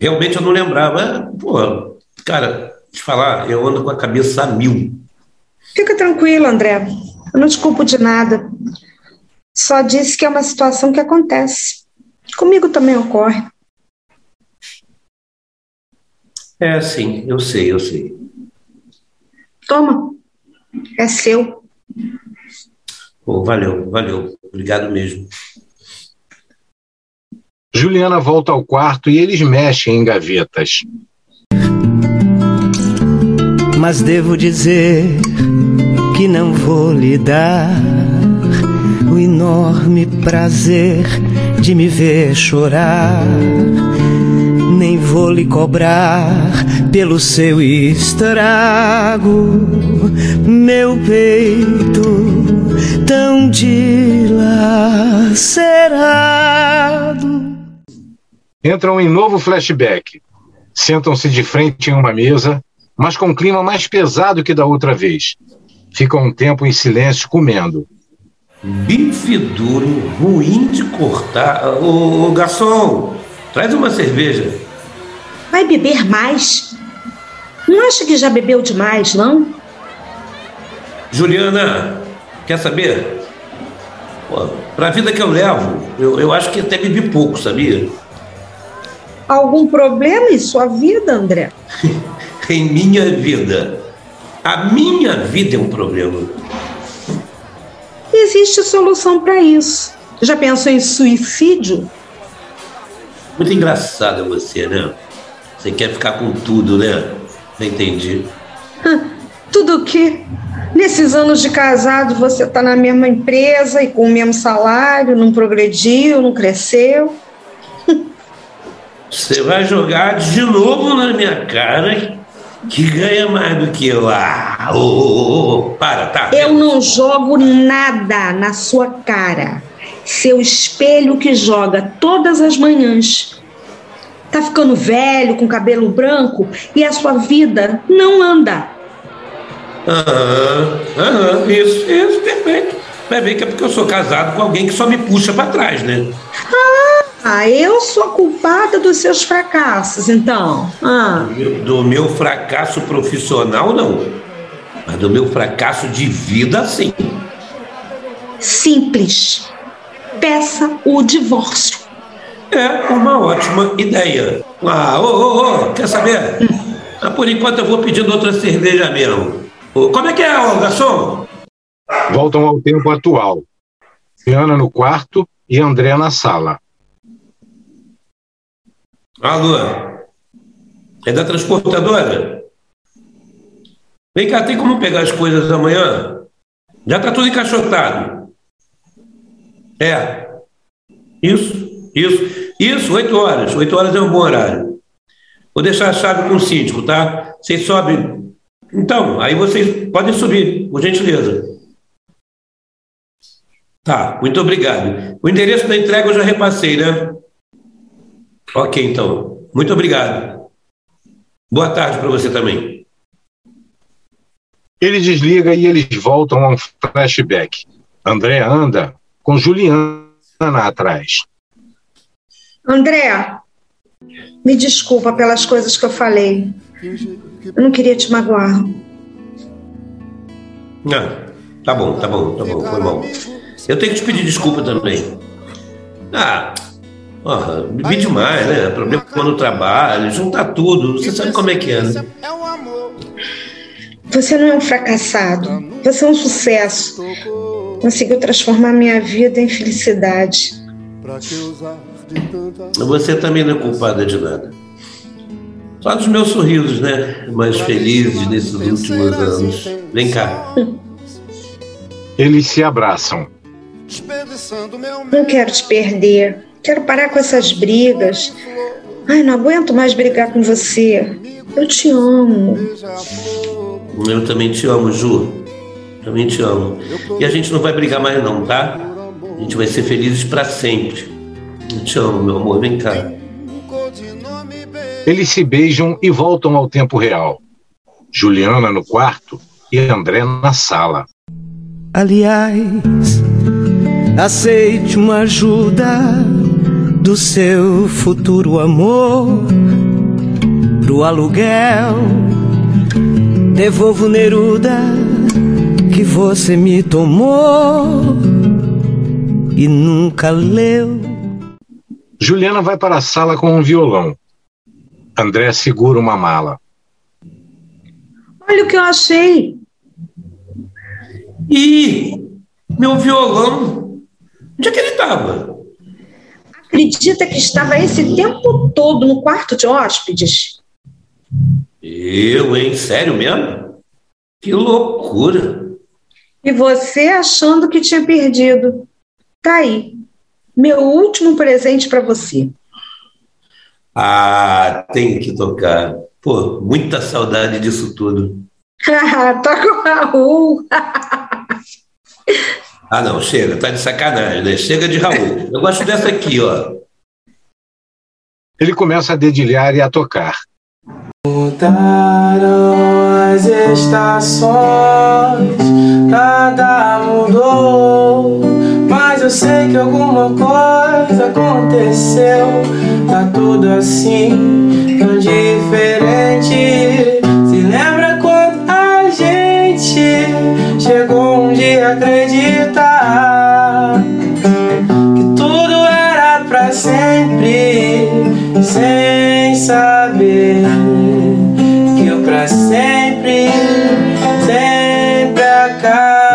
Realmente eu não lembrava. Pô, cara, te falar, eu ando com a cabeça a mil.
Fica tranquilo, André. Eu não te culpo de nada. Só disse que é uma situação que acontece. Comigo também ocorre.
É, sim, eu sei, eu sei.
Toma. É seu.
Pô, valeu, valeu. Obrigado mesmo.
Juliana volta ao quarto e eles mexem em gavetas.
Mas devo dizer que não vou lhe dar o enorme prazer de me ver chorar. Nem vou lhe cobrar pelo seu estrago, meu peito tão dilacerado.
Entram em novo flashback. Sentam-se de frente em uma mesa, mas com um clima mais pesado que da outra vez. Ficam um tempo em silêncio comendo.
Bife duro, ruim de cortar. Ô, ô, garçom, traz uma cerveja.
Vai beber mais? Não acha que já bebeu demais, não?
Juliana, quer saber? Pô, Pra vida que eu levo, eu, eu acho que até bebi pouco, sabia?
Algum problema em sua vida, André?
Em minha vida. A minha vida é um problema.
Existe solução para isso. Já pensou em suicídio?
Muito engraçada você, né? Você quer ficar com tudo, né? Não entendi.
Tudo o que nesses anos de casado você está na mesma empresa e com o mesmo salário, não progrediu, não cresceu.
Você vai jogar de novo na minha cara que ganha mais do que eu. Ah, ô, ô, ô, ô, para, tá.
Eu não jogo nada na sua cara. Seu espelho que joga todas as manhãs. Tá ficando velho, com cabelo branco e a sua vida não anda.
Aham, aham, isso, isso, perfeito. Vai ver que é porque eu sou casado com alguém que só me puxa pra trás, né?
Ah, eu sou a culpada dos seus fracassos, então. Ah,
Do meu fracasso profissional, não. Mas do meu fracasso de vida, sim.
simples. Peça o divórcio.
É uma ótima ideia. Ah, ô, ô, ô, quer saber? Ah, por enquanto eu vou pedindo outra cerveja mesmo. Ô, Como é que é, ô, garçom?
Voltam ao tempo atual. Diana no quarto e André na sala.
Alô? Ah, É da transportadora? Vem cá, tem como pegar as coisas amanhã? Já tá tudo encaixotado. É. Isso, isso, isso, oito horas. Oito horas é um bom horário. Vou deixar a chave com o síndico, tá? Vocês sobem. Então, aí vocês podem subir, por gentileza. Tá, muito obrigado. O endereço da entrega eu já repassei, né? Ok, então. Muito obrigado. Boa tarde para você também.
Ele desliga e eles voltam a um flashback. André anda com Juliana atrás.
André, me desculpa pelas coisas que eu falei. Eu não queria te magoar.
Ah, tá bom, tá bom, tá bom, foi bom. Eu tenho que te pedir desculpa também. Ah, porra, bebi demais, né? Problema no trabalho, juntar tudo. Você sabe como é que é, né?
Você não é um fracassado. Você é um sucesso. Conseguiu transformar minha vida em felicidade.
Você também não é culpada de nada. Só dos meus sorrisos, né? Mais felizes nesses últimos anos. Vem cá.
Eles se abraçam.
Não quero te perder. Quero parar com essas brigas. Ai, não aguento mais brigar com você. Eu te amo.
Eu também te amo, Ju. Também te amo. E a gente não vai brigar mais não, tá? A gente vai ser felizes pra sempre. Eu te amo, meu amor. Vem cá.
Eles se beijam e voltam ao tempo real. Juliana no quarto e André na sala.
Aliás, aceite uma ajuda do seu futuro amor pro aluguel. Devolvo Neruda que você me tomou e nunca leu.
Juliana vai para a sala com um violão. André segura uma mala.
Olha o que eu achei.
Ih, meu violão. Onde é que ele tava?
Acredita que estava esse tempo todo no quarto de hóspedes?
Eu, hein? Sério mesmo? Que loucura.
E você achando que tinha perdido. Tá aí. Meu último presente para você.
Ah, tem que tocar. Pô, muita saudade disso tudo.
Toca o Raul.
Ah, não, chega, tá de sacanagem, né? Chega de Raul. Eu gosto dessa aqui, ó.
Ele começa a dedilhar e a tocar.
Mudaram as estações, nada mudou.
eu sei que alguma coisa aconteceu. Tá tudo assim, tão diferente. Se lembra quando a gente chegou um dia a acreditar que tudo era pra sempre, sem saber que o pra sempre sempre acaba.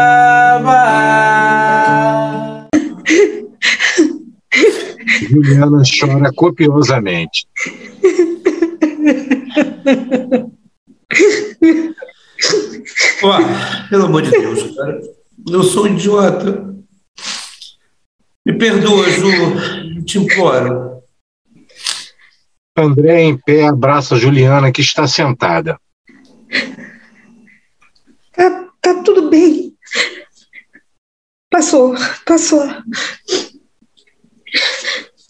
Juliana chora copiosamente.
Ó, pelo amor de Deus, cara. Eu sou um idiota. Me perdoa, Ju. Eu Te imploro.
André, em pé, abraça Juliana, que está sentada.
Tá, tá tudo bem. Passou, passou.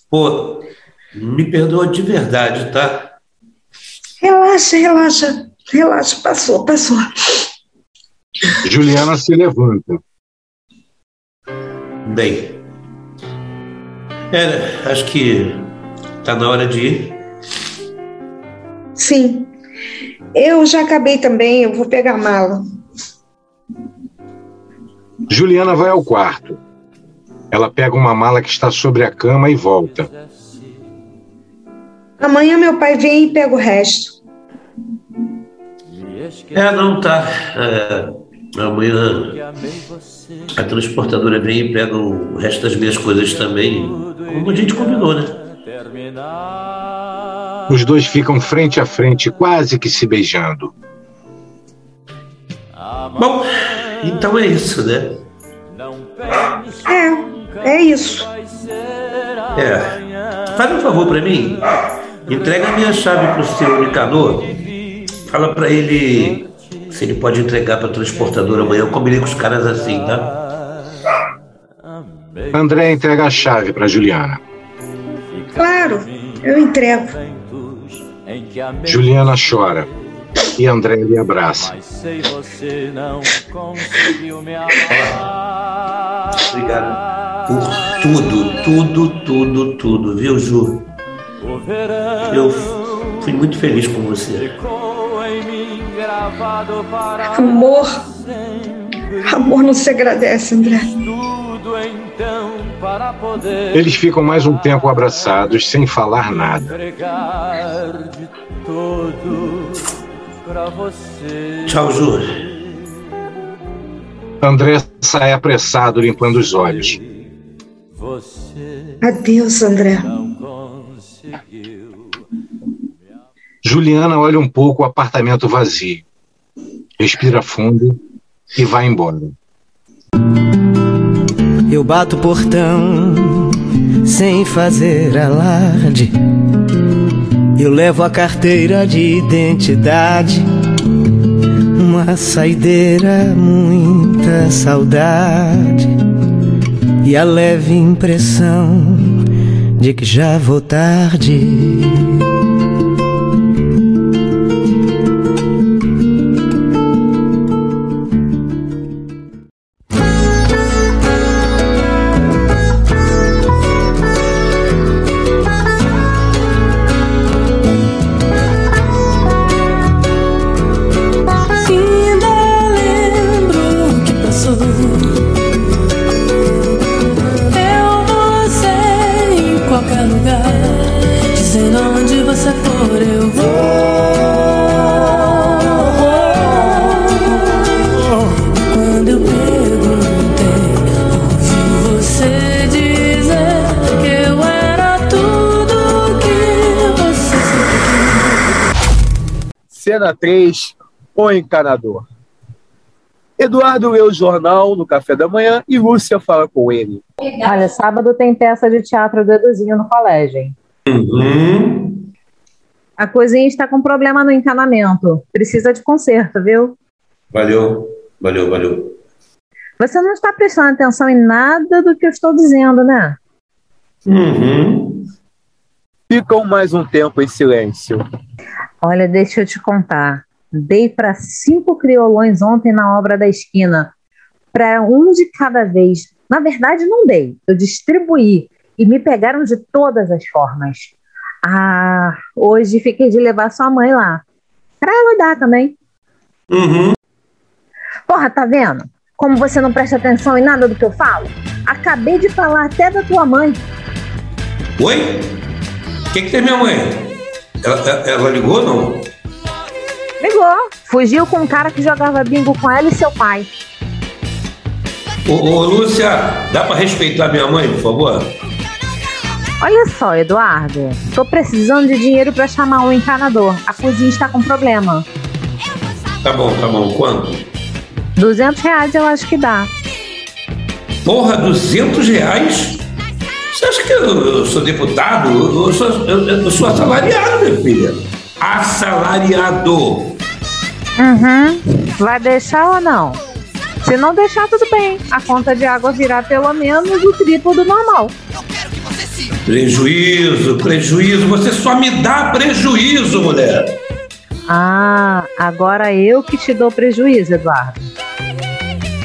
Pô, me perdoa de verdade, tá?
Relaxa, relaxa, relaxa. Passou, passou.
Juliana se levanta.
Bem. É, acho que tá na hora de ir.
Sim. Eu já acabei também, eu vou pegar a mala.
Juliana vai ao quarto. Ela pega uma mala que está sobre a cama e volta.
Amanhã meu pai vem e pega o resto.
É, não, tá. É, amanhã a transportadora vem e pega o resto das minhas coisas também. Como a gente combinou, né?
Os dois ficam frente a frente, quase que se beijando.
Bom, então é isso, né?
É, é isso.
É. Faz um favor pra mim. Entrega a minha chave pro seu Nicanor. Fala pra ele se ele pode entregar pra transportadora amanhã. Eu combinei com os caras assim, tá?
André entrega a chave para Juliana.
Claro, eu entrego.
Juliana chora e André lhe abraça.
Sei você não conseguiu me amar.
Obrigado por tudo, tudo, tudo, tudo, viu, Ju?
O verão
Eu fui muito feliz com você.
ficou em mim gravado para
Amor. Amor não se agradece, André.
tudo então para poder
Eles ficam mais um tempo abraçados, sem falar nada.
entregar de todo pra você.
Tchau, Ju.
André sai apressado, limpando os olhos.
Você
Adeus, André.
não conseguiu.
Juliana olha um pouco o apartamento vazio, respira fundo e vai embora.
Eu bato o portão sem fazer alarde. Eu levo a carteira de identidade. Uma saideira, muita saudade. E a leve impressão de que já vou tarde.
Ainda lembro o que passou. Eu, você em qualquer lugar. Dizendo onde você for, eu vou. E Quando eu perguntei, ouvi você dizer que eu era tudo que você sempre quis.
Cena 3, O Encanador. Eduardo lê o jornal no café da manhã e Lúcia fala com ele.
Olha, sábado tem peça de teatro do Eduzinho no colégio. hein?
Uhum.
A cozinha está com problema no encanamento. Precisa de conserto, viu?
Valeu, valeu, valeu.
Você não está prestando atenção em nada do que eu estou dizendo, né?
Uhum.
Ficam mais um tempo em silêncio.
Olha, deixa eu te contar. Dei para cinco criolões ontem na obra da esquina. Para um de cada vez. Na verdade, não dei, eu distribuí e me pegaram de todas as formas. Ah, hoje fiquei de levar sua mãe lá. Pra ela dar também.
Uhum.
Porra, tá vendo? Como você não presta atenção em nada do que eu falo? Acabei de falar até da tua mãe.
Oi? O que, que tem minha mãe? Ela, ela- ela ligou ou não?
Ligou. Fugiu com um cara que jogava bingo com ela e seu pai.
Ô, ô, Lúcia, dá pra respeitar minha mãe, por favor?
Olha só, Eduardo. Tô precisando de dinheiro pra chamar um encanador. A cozinha está com problema.
Tá bom, tá bom. Quanto?
200 reais eu acho que dá.
Porra, 200 reais? Você acha que eu, eu sou deputado? Eu, eu sou, eu- eu sou assalariado, minha filha. Assalariado.
Uhum. Vai deixar ou não? Se não deixar, tudo bem. A conta de água virá pelo menos o triplo do normal.
Prejuízo, prejuízo. Você só me dá prejuízo, mulher.
Ah, agora eu que te dou prejuízo, Eduardo.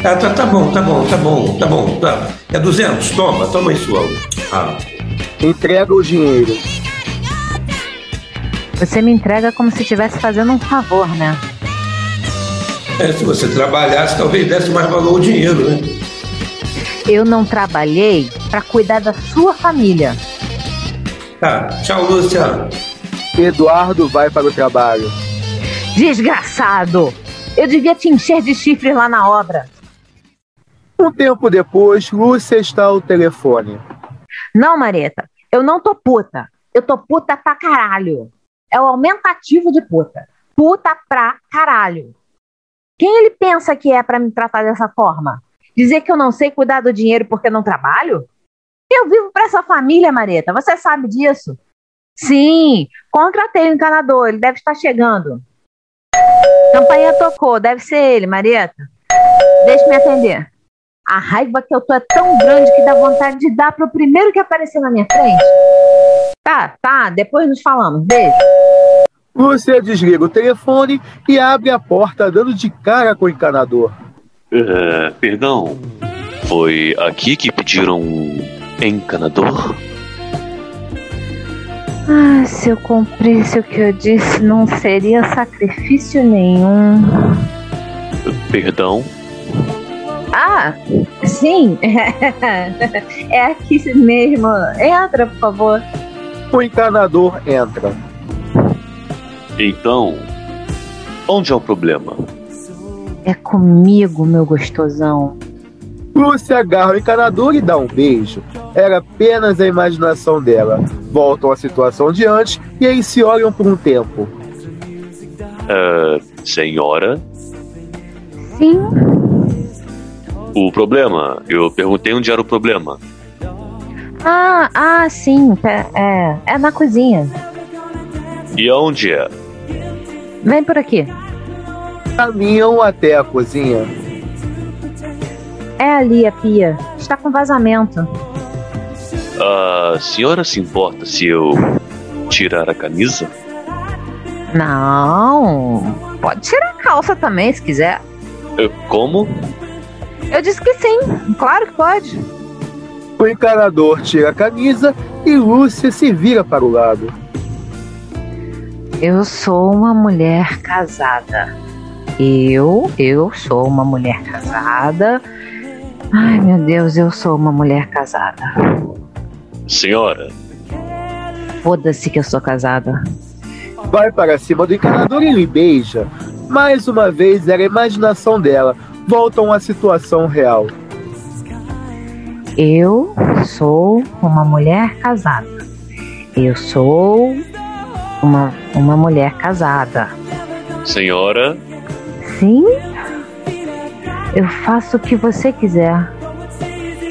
Tá, tá, tá bom, tá bom, tá bom, tá bom. Tá. É 200? Toma, toma isso logo. Ah.
Entrega o dinheiro.
Você me entrega como se estivesse fazendo um favor, né?
É, se você trabalhasse, talvez desse mais valor ao dinheiro, né?
Eu não trabalhei pra cuidar da sua família.
Tá, tchau, Lúcia.
Eduardo vai para o trabalho.
Desgraçado! Eu devia te encher de chifres lá na obra.
Um tempo depois, Lúcia está ao telefone.
Não, Mareta, eu não tô puta. Eu tô puta pra caralho. É o aumentativo de puta. Puta pra caralho. Quem ele pensa que é pra me tratar dessa forma? Dizer que eu não sei cuidar do dinheiro porque não trabalho? Eu vivo pra essa família, Mareta. Você sabe disso? Sim, contratei o encanador. Ele deve estar chegando. Campainha tocou. Deve ser ele, Mareta. Deixa eu me atender. A raiva que eu tô é tão grande que dá vontade de dar pro primeiro que aparecer na minha frente. Tá, tá, depois nos falamos. Beijo.
Lúcia desliga o telefone e abre a porta, dando de cara com o encanador.
É, perdão, foi aqui que pediram um encanador?
Ah, se eu cumprisse o que eu disse, não seria sacrifício nenhum.
Perdão,
Ah, sim. é aqui mesmo. Entra, por favor.
O encanador entra.
então, onde é o problema?
É comigo, meu gostosão.
Lúcia agarra o encanador e dá um beijo. Era apenas a imaginação dela. Voltam à situação de antes e aí se olham por um tempo.
É, senhora,
Sim,
o problema? Eu perguntei onde era o problema.
ah, ah, sim. Pe- É, é na cozinha.
E aonde é?
Vem por aqui.
Caminham até a cozinha.
É ali a pia. Está com vazamento.
A senhora se importa se eu tirar a camisa?
Não. Pode tirar a calça também, se quiser.
Eu, É, como?
Eu disse que sim. Claro que pode.
O encanador tira a camisa e Lúcia se vira para o lado.
Eu sou uma mulher casada. Eu, eu sou uma mulher casada. Ai, meu Deus, eu sou uma mulher casada.
Senhora,
Foda-se que eu sou casada.
Vai para cima do encanador e lhe beija. Mais uma vez era a imaginação dela. Voltam à situação real.
Eu sou uma mulher casada. Eu sou uma, uma mulher casada.
senhora,
Sim? Eu faço o que você quiser.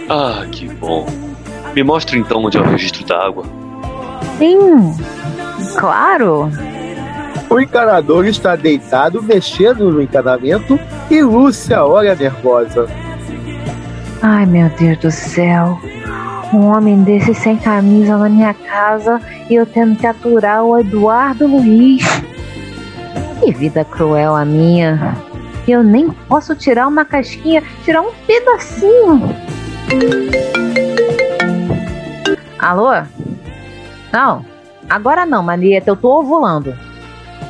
ah, que bom. Me mostra então onde é o registro da água.
Sim, claro.
O encanador está deitado, mexendo no encanamento, e Lúcia olha nervosa.
Ai, meu Deus do céu. Um homem desse sem camisa na minha casa e eu tendo que aturar o Eduardo Luiz. Que vida cruel a minha. Eu nem posso tirar uma casquinha, tirar um pedacinho. Alô? Não, agora não, Marieta, eu tô ovulando.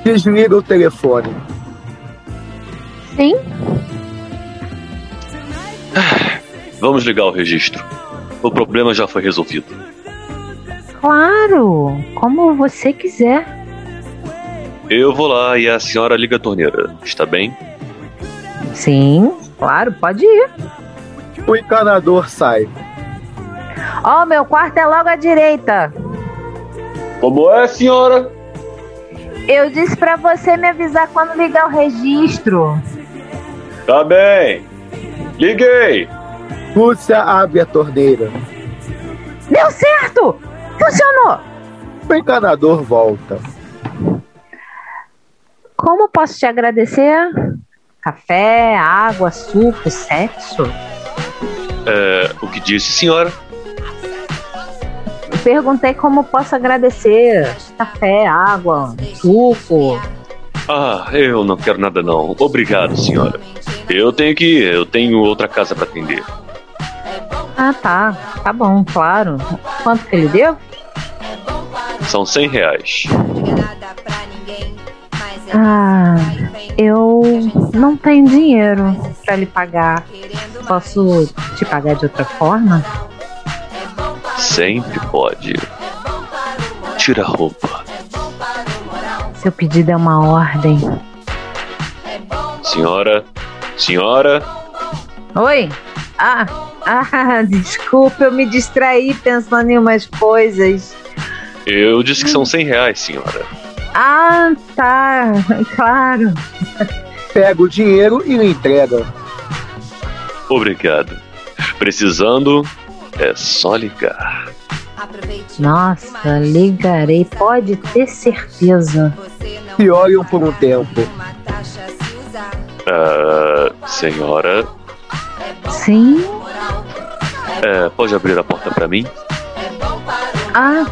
Desliga o telefone.
Sim?
Vamos ligar o registro. O problema já foi resolvido.
Claro, como você quiser.
Eu vou lá e a senhora liga a torneira, está bem?
Sim, claro, pode ir.
O encanador sai.
Ó, meu quarto é logo à direita.
Como é, senhora?
Eu disse pra você me avisar quando ligar o registro.
Tá bem. Liguei.
Lúcia abre a torneira.
Deu certo! Funcionou!
O encanador volta.
Como posso te agradecer? Café, água, suco, sexo?
É, o que disse, senhora?
Perguntei como posso agradecer. Café, água, suco.
Ah, eu não quero nada não. Obrigado, senhora. Eu tenho que ir, eu tenho outra casa para atender.
Ah, tá. Tá bom, claro. Quanto que ele deu?
São 100 reais.
Ah, eu não tenho dinheiro pra lhe pagar. Posso te pagar de outra forma?
Sempre pode. Tira a roupa.
Seu pedido é uma ordem.
Senhora, senhora,
Oi? Ah, ah, desculpa, eu me distraí pensando em umas coisas.
eu disse que são 100 reais, senhora.
Ah, tá, claro.
Pega o dinheiro e lhe entrega.
Obrigado. Precisando, é só ligar.
Nossa, ligarei, pode ter certeza.
Se olham por um tempo.
Ah, senhora,
Sim?
é, pode abrir a porta para mim?
Ah,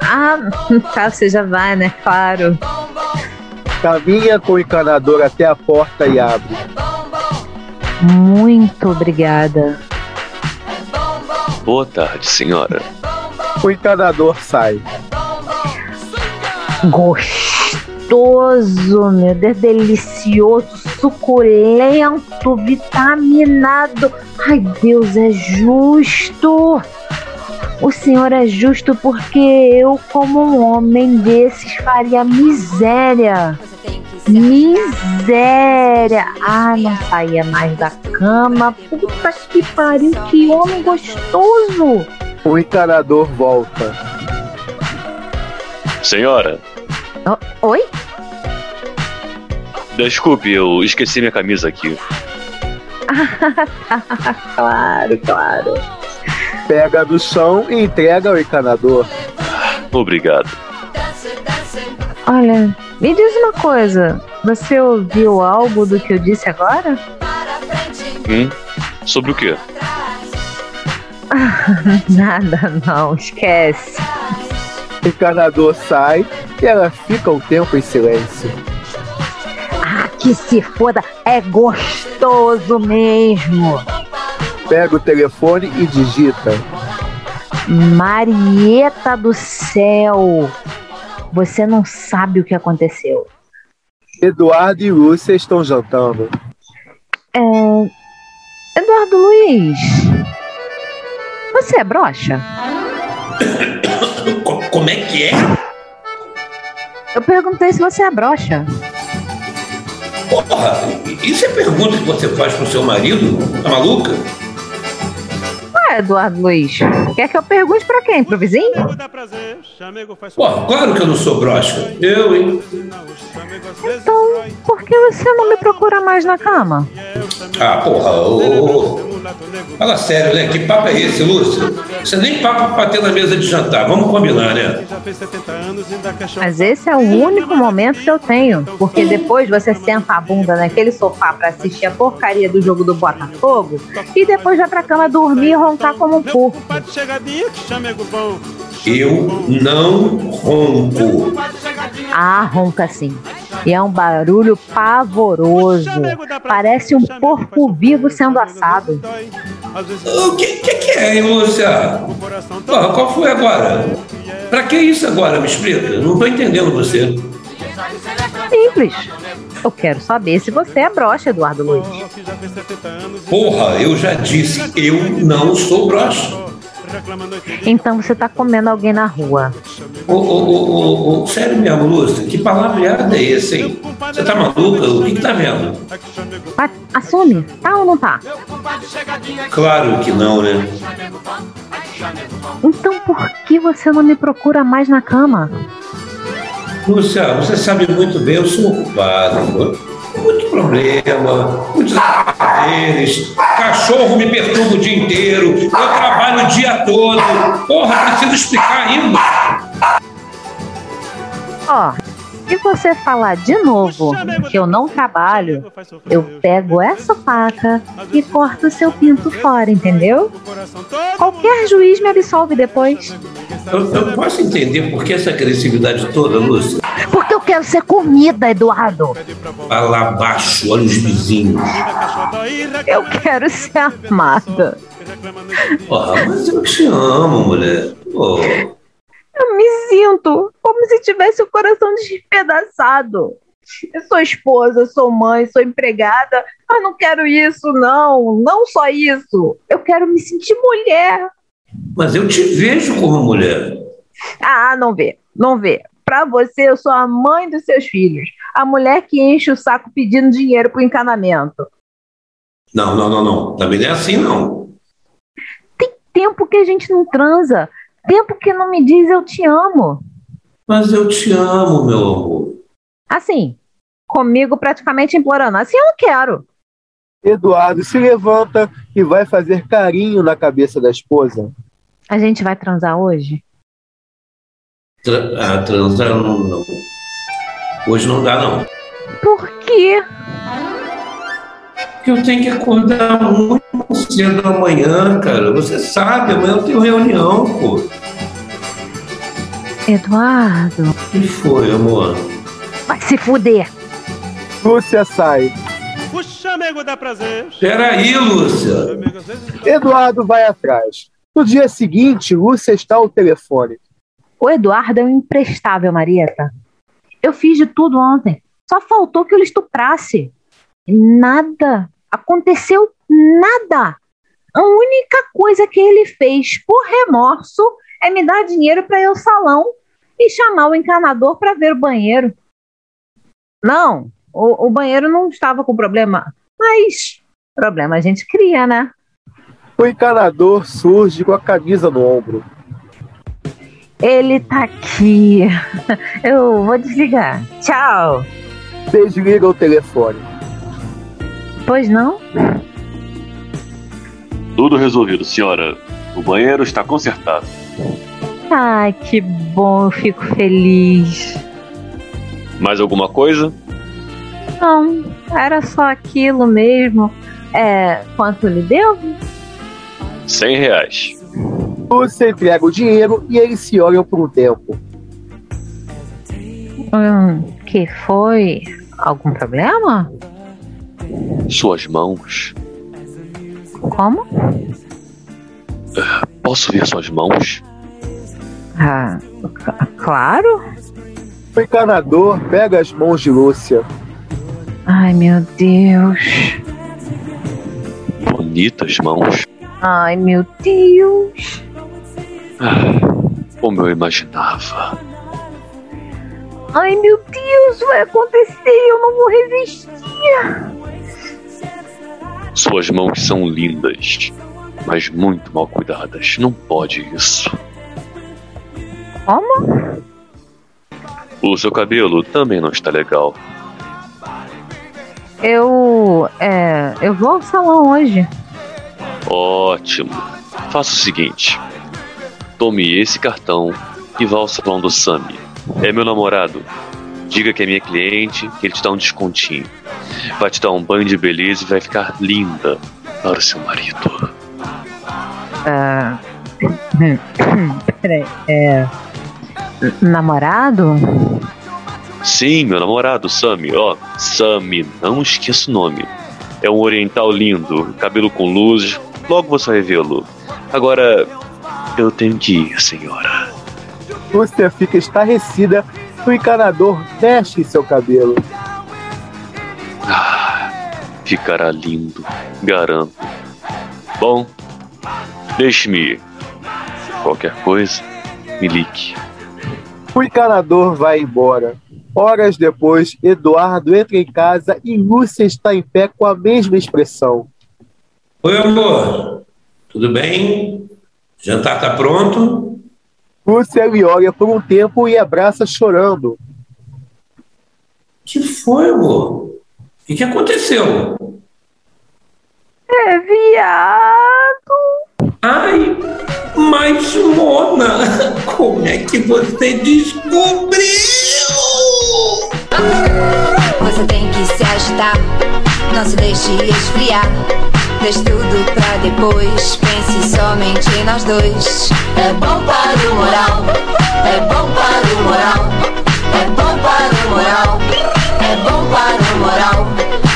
ah, tá, você já vai, né? Claro.
Caminha com o encanador até a porta e abre.
Muito obrigada.
Boa tarde, senhora.
O encanador sai.
Gostoso, meu Deus, delicioso, suculento, vitaminado. Ai, Deus, é justo. O Senhor é justo porque eu, como um homem desses, faria miséria. Miséria! Ah, não saía mais da cama. Puta que pariu, que homem gostoso!
O encanador volta.
Senhora,
O- Oh, Oi?
desculpe, eu esqueci minha camisa aqui.
claro, claro.
Pega do chão e entrega ao encanador.
Obrigado.
Olha, me diz uma coisa. Você ouviu algo do que eu disse agora?
Hum? Sobre o quê?
Nada, não, esquece.
O encanador sai e ela fica um tempo em silêncio.
Ah, que se foda, é gostoso mesmo.
Pega o telefone e digita.
Marieta do céu. Você não sabe o que aconteceu.
Eduardo e Lúcia estão jantando.
É... Eduardo Luiz, você é broxa?
Co- Como é que é?
Eu perguntei se você é broxa.
Porra, isso é pergunta que você faz pro seu marido? Tá maluca?
Ué, Eduardo Luiz, quer que eu pergunte pra quem? Pro vizinho?
Porra, claro que eu não sou broxa. Eu, hein?
Então, por que você não me procura mais na cama?
Ah, porra, ô, ô. Fala sério, né? Que papo é esse, Lúcia? Isso é nem papo pra ter na mesa de jantar. Vamos combinar, né?
Mas esse é o único momento que eu tenho, porque depois você senta a bunda naquele sofá pra assistir a porcaria do jogo do Botafogo e depois vai pra cama dormir e roncar como um porco.
Eu não ronco.
Ah, ronca sim. E é um barulho pavoroso. Parece um porco vivo sendo assado.
O que, que que é, hein, Lúcia? Porra, qual foi agora? Pra que isso agora? Me explica. Não tô entendendo você.
Simples. Eu quero saber se você é broxa, Eduardo Luiz.
Porra, eu já disse, eu não sou broxa.
Então você tá comendo alguém na rua.
Ô, ô, ô, ô, ô, sério mesmo, Lúcia, que palavreada é essa, hein? Você tá maluca? O que, que tá vendo?
Vai, assume, tá ou não tá?
Claro que não, né?
Então por que você não me procura mais na cama?
Lúcia, você sabe muito bem, eu sou ocupado. Muito problema, muitos deles. Cachorro me perturba o dia inteiro, eu trabalho o dia todo. Porra, preciso explicar ainda.
Ó, se você falar de novo que eu não trabalho, eu pego essa faca e corto o seu pinto fora, entendeu? Qualquer juiz me absolve depois.
Eu, eu posso entender por que essa agressividade toda, Lúcia?
Porque eu quero ser comida, Eduardo.
Vai lá abaixo, olha os vizinhos.
Eu quero ser amada.
Porra, mas eu te amo, mulher. Pô.
Eu me sinto como se tivesse o coração despedaçado. Eu sou esposa, sou mãe, sou empregada, mas não quero isso, não. Não só isso. Eu quero me sentir mulher.
Mas eu te vejo como mulher.
Ah, não vê, não vê. Pra você, eu sou a mãe dos seus filhos. A mulher que enche o saco pedindo dinheiro pro encanamento.
Não, não, não, não. Também não é assim, não.
Tem tempo que a gente não transa. Tempo que não me diz eu te amo.
Mas eu te amo, meu amor.
Assim, comigo praticamente implorando. Assim eu não quero.
Eduardo se levanta e vai fazer carinho na cabeça da esposa.
A gente vai transar hoje?
Tra- ah, transar não, não. Hoje não dá, não.
Por quê?
Porque eu tenho que acordar muito cedo amanhã, cara. Você sabe, amanhã eu tenho reunião, pô.
Eduardo,
O que foi, amor?
vai se fuder.
Lúcia sai.
O chamego dá prazer.
Peraí, Lúcia.
Eduardo vai atrás. No dia seguinte, Lúcia está ao telefone.
O Eduardo é um imprestável, Marieta. Eu fiz de tudo ontem. Só faltou que eu lhe estuprasse. Nada. Aconteceu nada. A única coisa que ele fez por remorso é me dar dinheiro para ir ao salão e chamar o encanador para ver o banheiro. Não, o, o banheiro não estava com problema. Mas problema a gente cria, né?
O encanador surge com a camisa no ombro.
Ele tá aqui. Eu vou desligar. Tchau.
Desliga o telefone.
Pois não?
Tudo resolvido, senhora. O banheiro está consertado.
Ai, que bom, eu fico feliz.
Mais alguma coisa?
Não, era só aquilo mesmo. É, quanto lhe devo?
100 reais.
Lúcia entrega o dinheiro e eles se olham por um tempo.
Hum, que foi? Algum problema?
Suas mãos.
Como?
Ah, Posso ver suas mãos?
Ah, c- claro.
O encanador pega as mãos de Lúcia.
Ai, meu Deus.
Bonitas mãos.
Ai, meu Deus.
Ah, Como eu imaginava.
Ai, meu Deus, vai acontecer, eu não vou resistir.
Suas mãos são lindas, mas muito mal cuidadas. Não pode isso.
Como?
O seu cabelo também não está legal.
Eu. É, eu vou ao salão hoje.
Ótimo. Faça o seguinte: tome esse cartão e vá ao salão do Sami. É meu namorado. Diga que é minha cliente, que ele te dá um descontinho. Vai te dar um banho de beleza e vai ficar linda para o seu marido.
Ah, Peraí, é. Namorado?
Sim, meu namorado, Sami. Ó, Sami, não esqueça o nome. É um oriental lindo, cabelo com luz. Logo você vai vê-lo. Agora, eu tenho que ir, senhora.
Você fica estarrecida, o encanador mexe em seu cabelo.
Ah, Ficará lindo, garanto. Bom, deixe-me ir. Qualquer coisa, me ligue.
O encanador vai embora. Horas depois, Eduardo entra em casa e Lúcia está em pé com a mesma expressão.
Oi, amor. Tudo bem? Jantar tá pronto?
Lúcia lhe olha por um tempo e abraça chorando.
que foi, amor? O que, que aconteceu?
É viado.
Ai, mas Mona, como é que você descobriu?
Você tem que se agitar, não se deixe esfriar. Deixe tudo pra depois, pense somente em nós dois. É bom para o moral, é bom para o moral, é bom para o moral, é bom para o moral.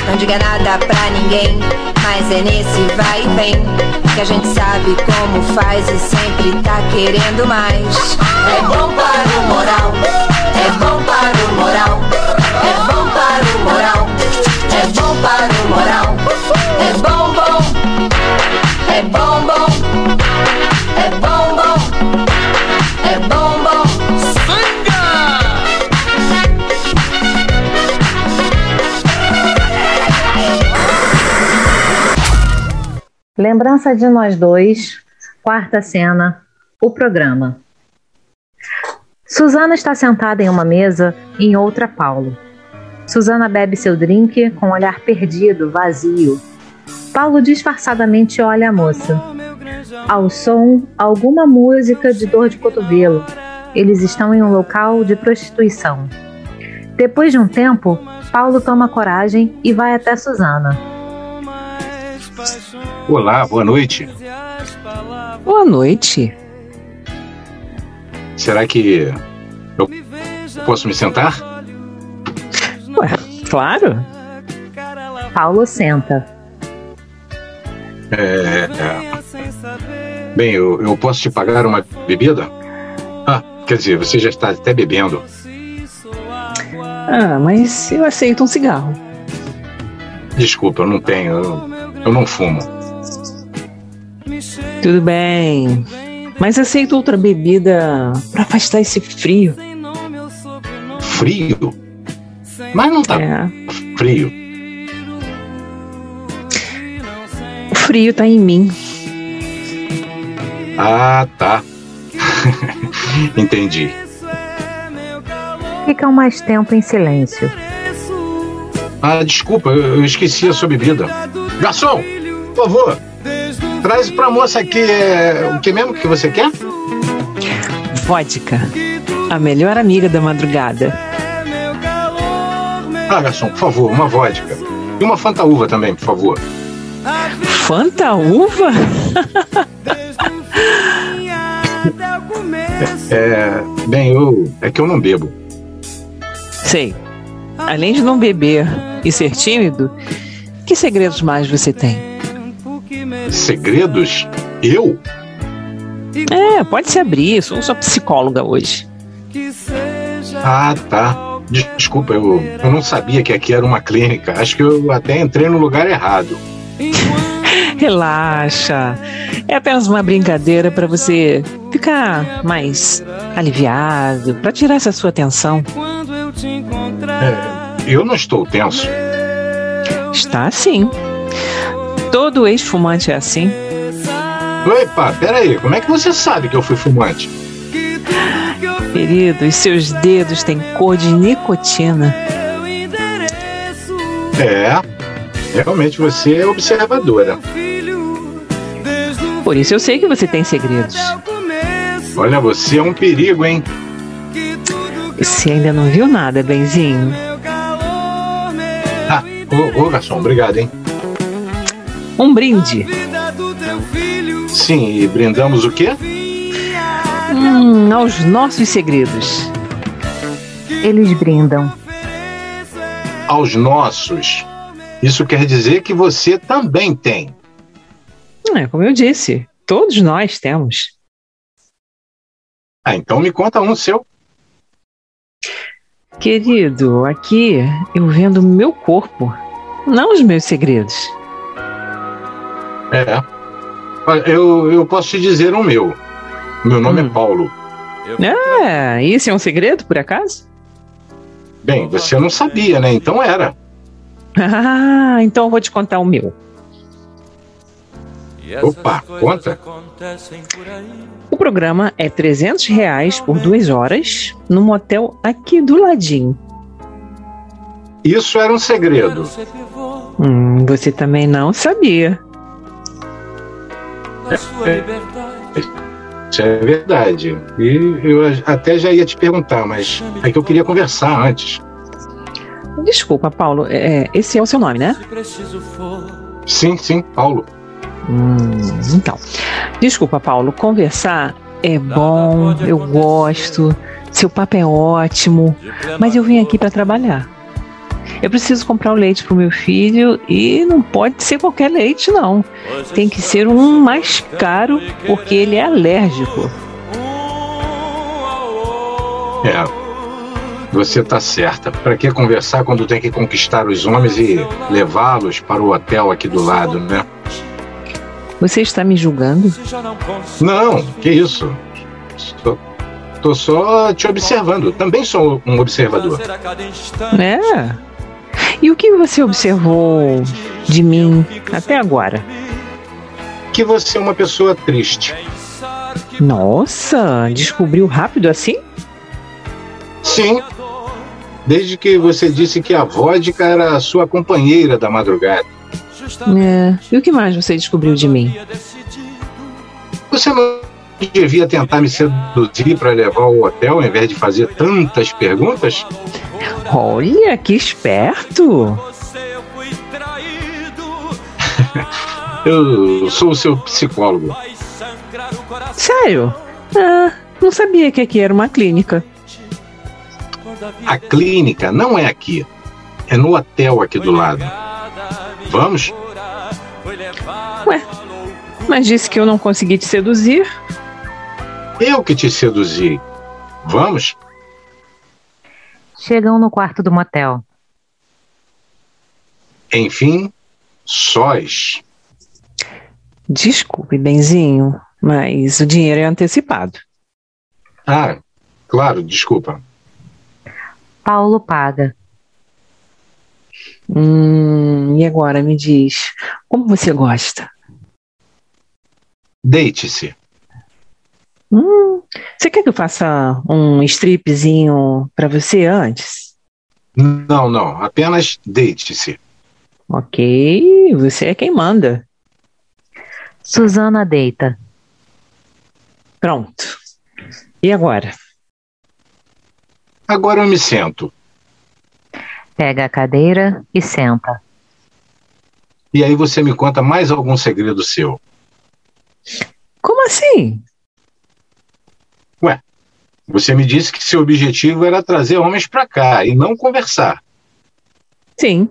Não diga nada pra ninguém, mas é nesse vai e vem que a gente sabe como faz e sempre tá querendo mais. É bom para o moral, é bom para o moral, é bom para o moral, é bom para o moral, é bom bom, é bom bom, é bom bom, é bom bom.
Lembrança de nós dois, quarta cena, o programa. Suzana está sentada em uma mesa, em outra Paulo. Suzana bebe seu drink com um olhar perdido, vazio. Paulo disfarçadamente olha a moça. Ao som, alguma música de dor de cotovelo. Eles estão em um local de prostituição. Depois de um tempo, Paulo toma coragem e vai até Suzana.
Olá, boa noite.
Boa noite.
Será que eu posso me sentar?
Ué, claro.
Paulo senta.
É, é. Bem, eu, eu posso te pagar uma bebida? Ah, quer dizer, você já está até bebendo.
Ah, mas eu aceito um cigarro.
Desculpa, eu não tenho. Eu, eu não fumo.
Tudo bem. Mas aceito outra bebida pra afastar esse frio.
Frio? Mas não tá
É.
frio.
O frio tá em mim.
Ah, tá. Entendi.
Ficam mais tempo em silêncio.
Ah, desculpa, eu eu esqueci a sua bebida. Garçom, por favor, traz pra moça aqui é, o que mesmo que você quer?
Vodka. A melhor amiga da madrugada.
Ah, garçom, por favor, uma vodka. E uma fantaúva também, por favor.
Fanta uva?
É, bem, eu. É que eu não bebo.
Sei. Além de não beber e ser tímido, que segredos mais você tem?
Segredos? Eu?
É, pode se abrir. Sou sua psicóloga hoje.
Ah, tá. Des- Desculpa, eu, eu não sabia que aqui era uma clínica. Acho que eu até entrei no lugar errado.
Relaxa. É apenas uma brincadeira para você ficar mais aliviado, para tirar essa sua tensão.
É, eu não estou tenso.
Está sim. Todo ex-fumante é assim.
Opa, peraí, como é que você sabe que eu fui fumante?
Querido, os seus dedos têm cor de nicotina.
É, realmente você é observadora.
Por isso eu sei que você tem segredos.
Olha, você é um perigo, hein?
Você ainda não viu nada, Benzinho.
Ah, ô, ô garçom, obrigado, hein?
Um brinde.
Sim, e brindamos o quê?
Hum, aos nossos segredos.
Eles brindam.
Aos nossos, isso quer dizer que você também tem.
É, como eu disse, todos nós temos.
Ah, então me conta um seu.
Querido, aqui eu vendo meu corpo, não os meus segredos.
É. Olha, Eu, eu posso te dizer o meu. Meu nome é Paulo.
Ah, isso é um segredo, por acaso?
Bem, você não sabia, né? Então era.
Ah, então eu vou te contar o meu.
Opa, conta.
O programa é 300 reais por duas horas num motel aqui do ladinho.
Isso era um segredo.
Hum, você também não sabia.
Isso é verdade. E eu a- até já ia te perguntar, mas é que eu queria conversar antes.
Desculpa, Paulo, é, esse é o seu nome, né?
Sim, sim, Paulo.
Hum, então, desculpa, Paulo, conversar é bom, eu gosto, seu papo é ótimo, mas eu vim aqui para trabalhar. Eu preciso comprar o leite pro meu filho e não pode ser qualquer leite, não. Tem que ser um mais caro porque ele é alérgico.
É. Você tá certa. Pra que conversar quando tem que conquistar os homens e levá-los para o hotel aqui do lado, né?
Você está me julgando?
Não, que isso. Tô, tô só te observando. Também sou um observador.
É. E o que você observou de mim até agora?
Que você é uma pessoa triste.
Nossa, descobriu rápido assim?
Sim. Desde que você disse que a vodka era a sua companheira da madrugada.
É. E o que mais você descobriu de mim?
Você não devia tentar me seduzir para levar ao hotel ao invés de fazer tantas perguntas?
Olha, que esperto!
Eu sou o seu psicólogo.
Sério? Ah, não sabia que aqui era uma clínica.
A clínica não é aqui. É no hotel aqui do lado. Vamos?
Ué, mas disse que eu não consegui te seduzir.
Eu que te seduzi. Vamos?
Chegam no quarto do motel.
Enfim, sós.
Desculpe, benzinho, mas o dinheiro é antecipado.
Ah, claro, desculpa.
Paulo paga.
Hum, e agora me diz, como você gosta?
Deite-se.
Hum, você quer que eu faça um stripzinho pra você antes?
Não, não, apenas deite-se.
Ok, você é quem manda.
Suzana deita.
Pronto. E agora?
Agora eu me sento.
Pega a cadeira e senta.
E aí você me conta mais algum segredo seu.
Como assim?
Ué, você me disse que seu objetivo era trazer homens pra cá e não conversar.
Sim.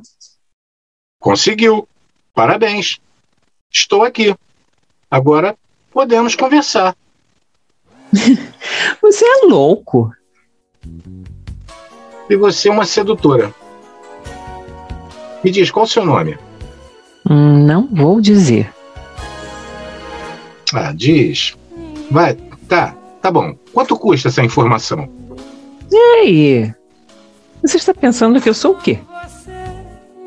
Conseguiu. Parabéns. Estou aqui. Agora podemos conversar.
Você é louco.
E você é uma sedutora. Me diz qual o seu nome?
Hum, não vou dizer.
Ah, diz. Vai, tá, tá bom. Quanto custa essa informação?
E aí? Você está pensando que eu sou o quê?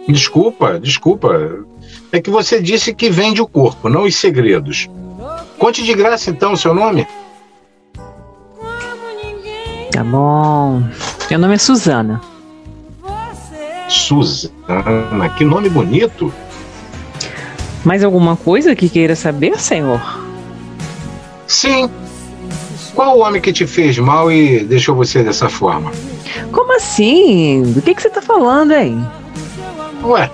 Desculpa, desculpa. É que você disse que vende o corpo, não os segredos. Conte de graça então o seu nome.
Tá bom. Meu nome é Suzana.
Suzana, que nome bonito.
Mais alguma coisa que queira saber, senhor?
Sim. Qual o homem que te fez mal e deixou você dessa forma?
Como assim? Do que, que você tá falando, hein?
Ué,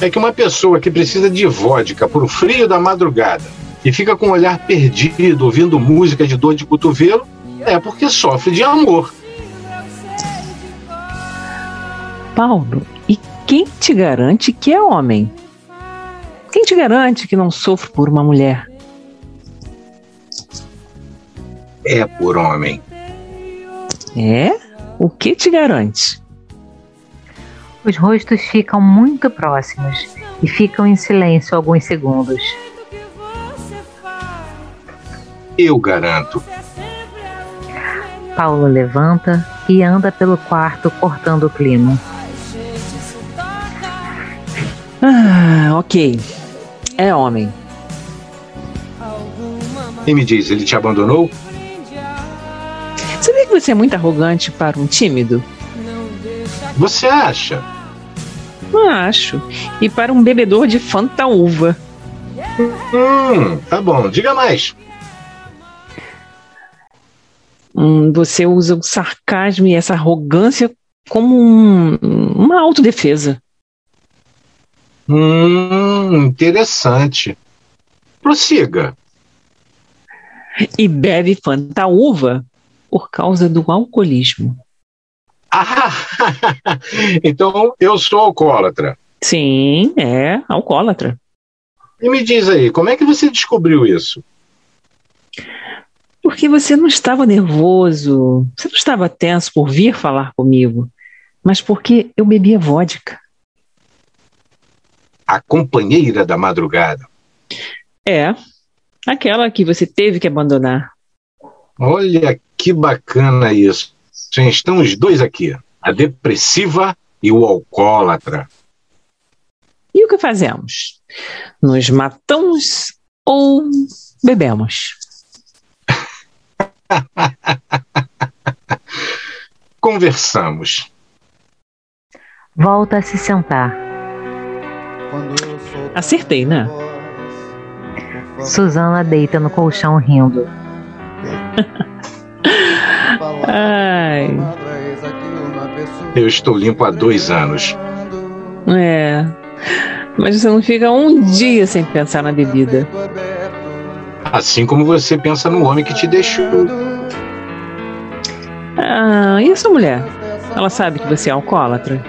é que uma pessoa que precisa de vodka pro frio da madrugada e fica com o olhar perdido ouvindo música de dor de cotovelo é porque sofre de amor.
Paulo, e quem te garante que é homem? Quem te garante que não sofre por uma mulher?
É por homem.
É? O que te garante?
Os rostos ficam muito próximos e ficam em silêncio alguns segundos.
Eu garanto.
Paulo levanta e anda pelo quarto cortando o clima.
Ah, ok. É homem.
E me diz, ele te abandonou?
Você vê que você é muito arrogante para um tímido?
Você acha?
Não acho. E para um bebedor de fanta uva.
Hum, tá bom, diga mais.
Hum, você usa o sarcasmo e essa arrogância como um, uma autodefesa.
Hum, interessante. Prossiga.
E bebe fanta uva por causa do alcoolismo.
Ah, então eu sou alcoólatra.
Sim, é alcoólatra.
E me diz aí, como é que você descobriu isso?
Porque você não estava nervoso, você não estava tenso por vir falar comigo, mas porque eu bebia vodka.
A companheira da madrugada.
É, aquela que você teve que abandonar.
Olha que bacana isso. Sim, estão os dois aqui, a depressiva e o alcoólatra.
E o que fazemos? Nos matamos ou bebemos?
Conversamos.
Volta a se sentar.
Acertei, né?
Susana deita no colchão rindo.
Ai.
Eu estou limpo há dois anos.
É. Mas você não fica um dia sem pensar na bebida.
Assim como você pensa no homem que te deixou.
Ah, e a sua mulher? Ela sabe que você é alcoólatra?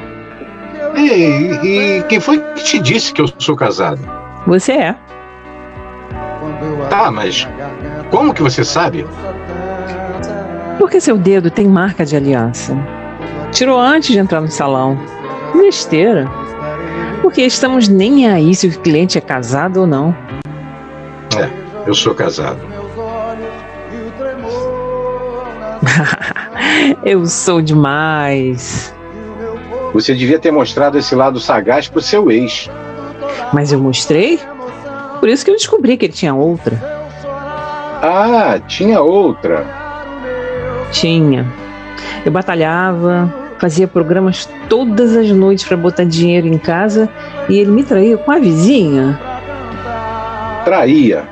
Ei, e quem foi que te disse que eu sou casado?
Você é.
Tá, mas como que você sabe?
Por que seu dedo tem marca de aliança? Tirou antes de entrar no salão. Besteira. Porque estamos nem aí se o cliente é casado ou não.
É, eu sou casado.
eu sou demais.
Você devia ter mostrado esse lado sagaz pro seu ex.
Mas eu mostrei? Por isso que eu descobri que ele tinha outra.
Ah, tinha outra.
Tinha. Eu batalhava, fazia programas todas as noites para botar dinheiro em casa e ele me traía com a vizinha.
Traía.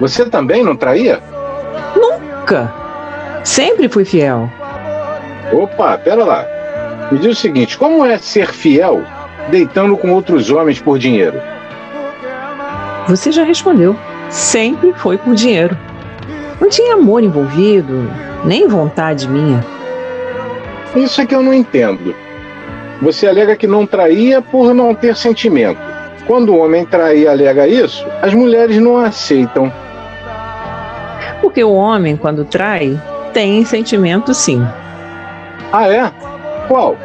Você também não traía?
Nunca. Sempre fui fiel.
Opa, pera lá. Me diz o seguinte: como é ser fiel deitando com outros homens por dinheiro?
Você já respondeu. Sempre foi por dinheiro. Não tinha amor envolvido, nem vontade minha.
Isso é que eu não entendo. Você alega que não traía por não ter sentimento. Quando o homem trai e alega isso, as mulheres não aceitam.
Porque o homem, quando trai, tem sentimento sim.
Ah, é? Qual?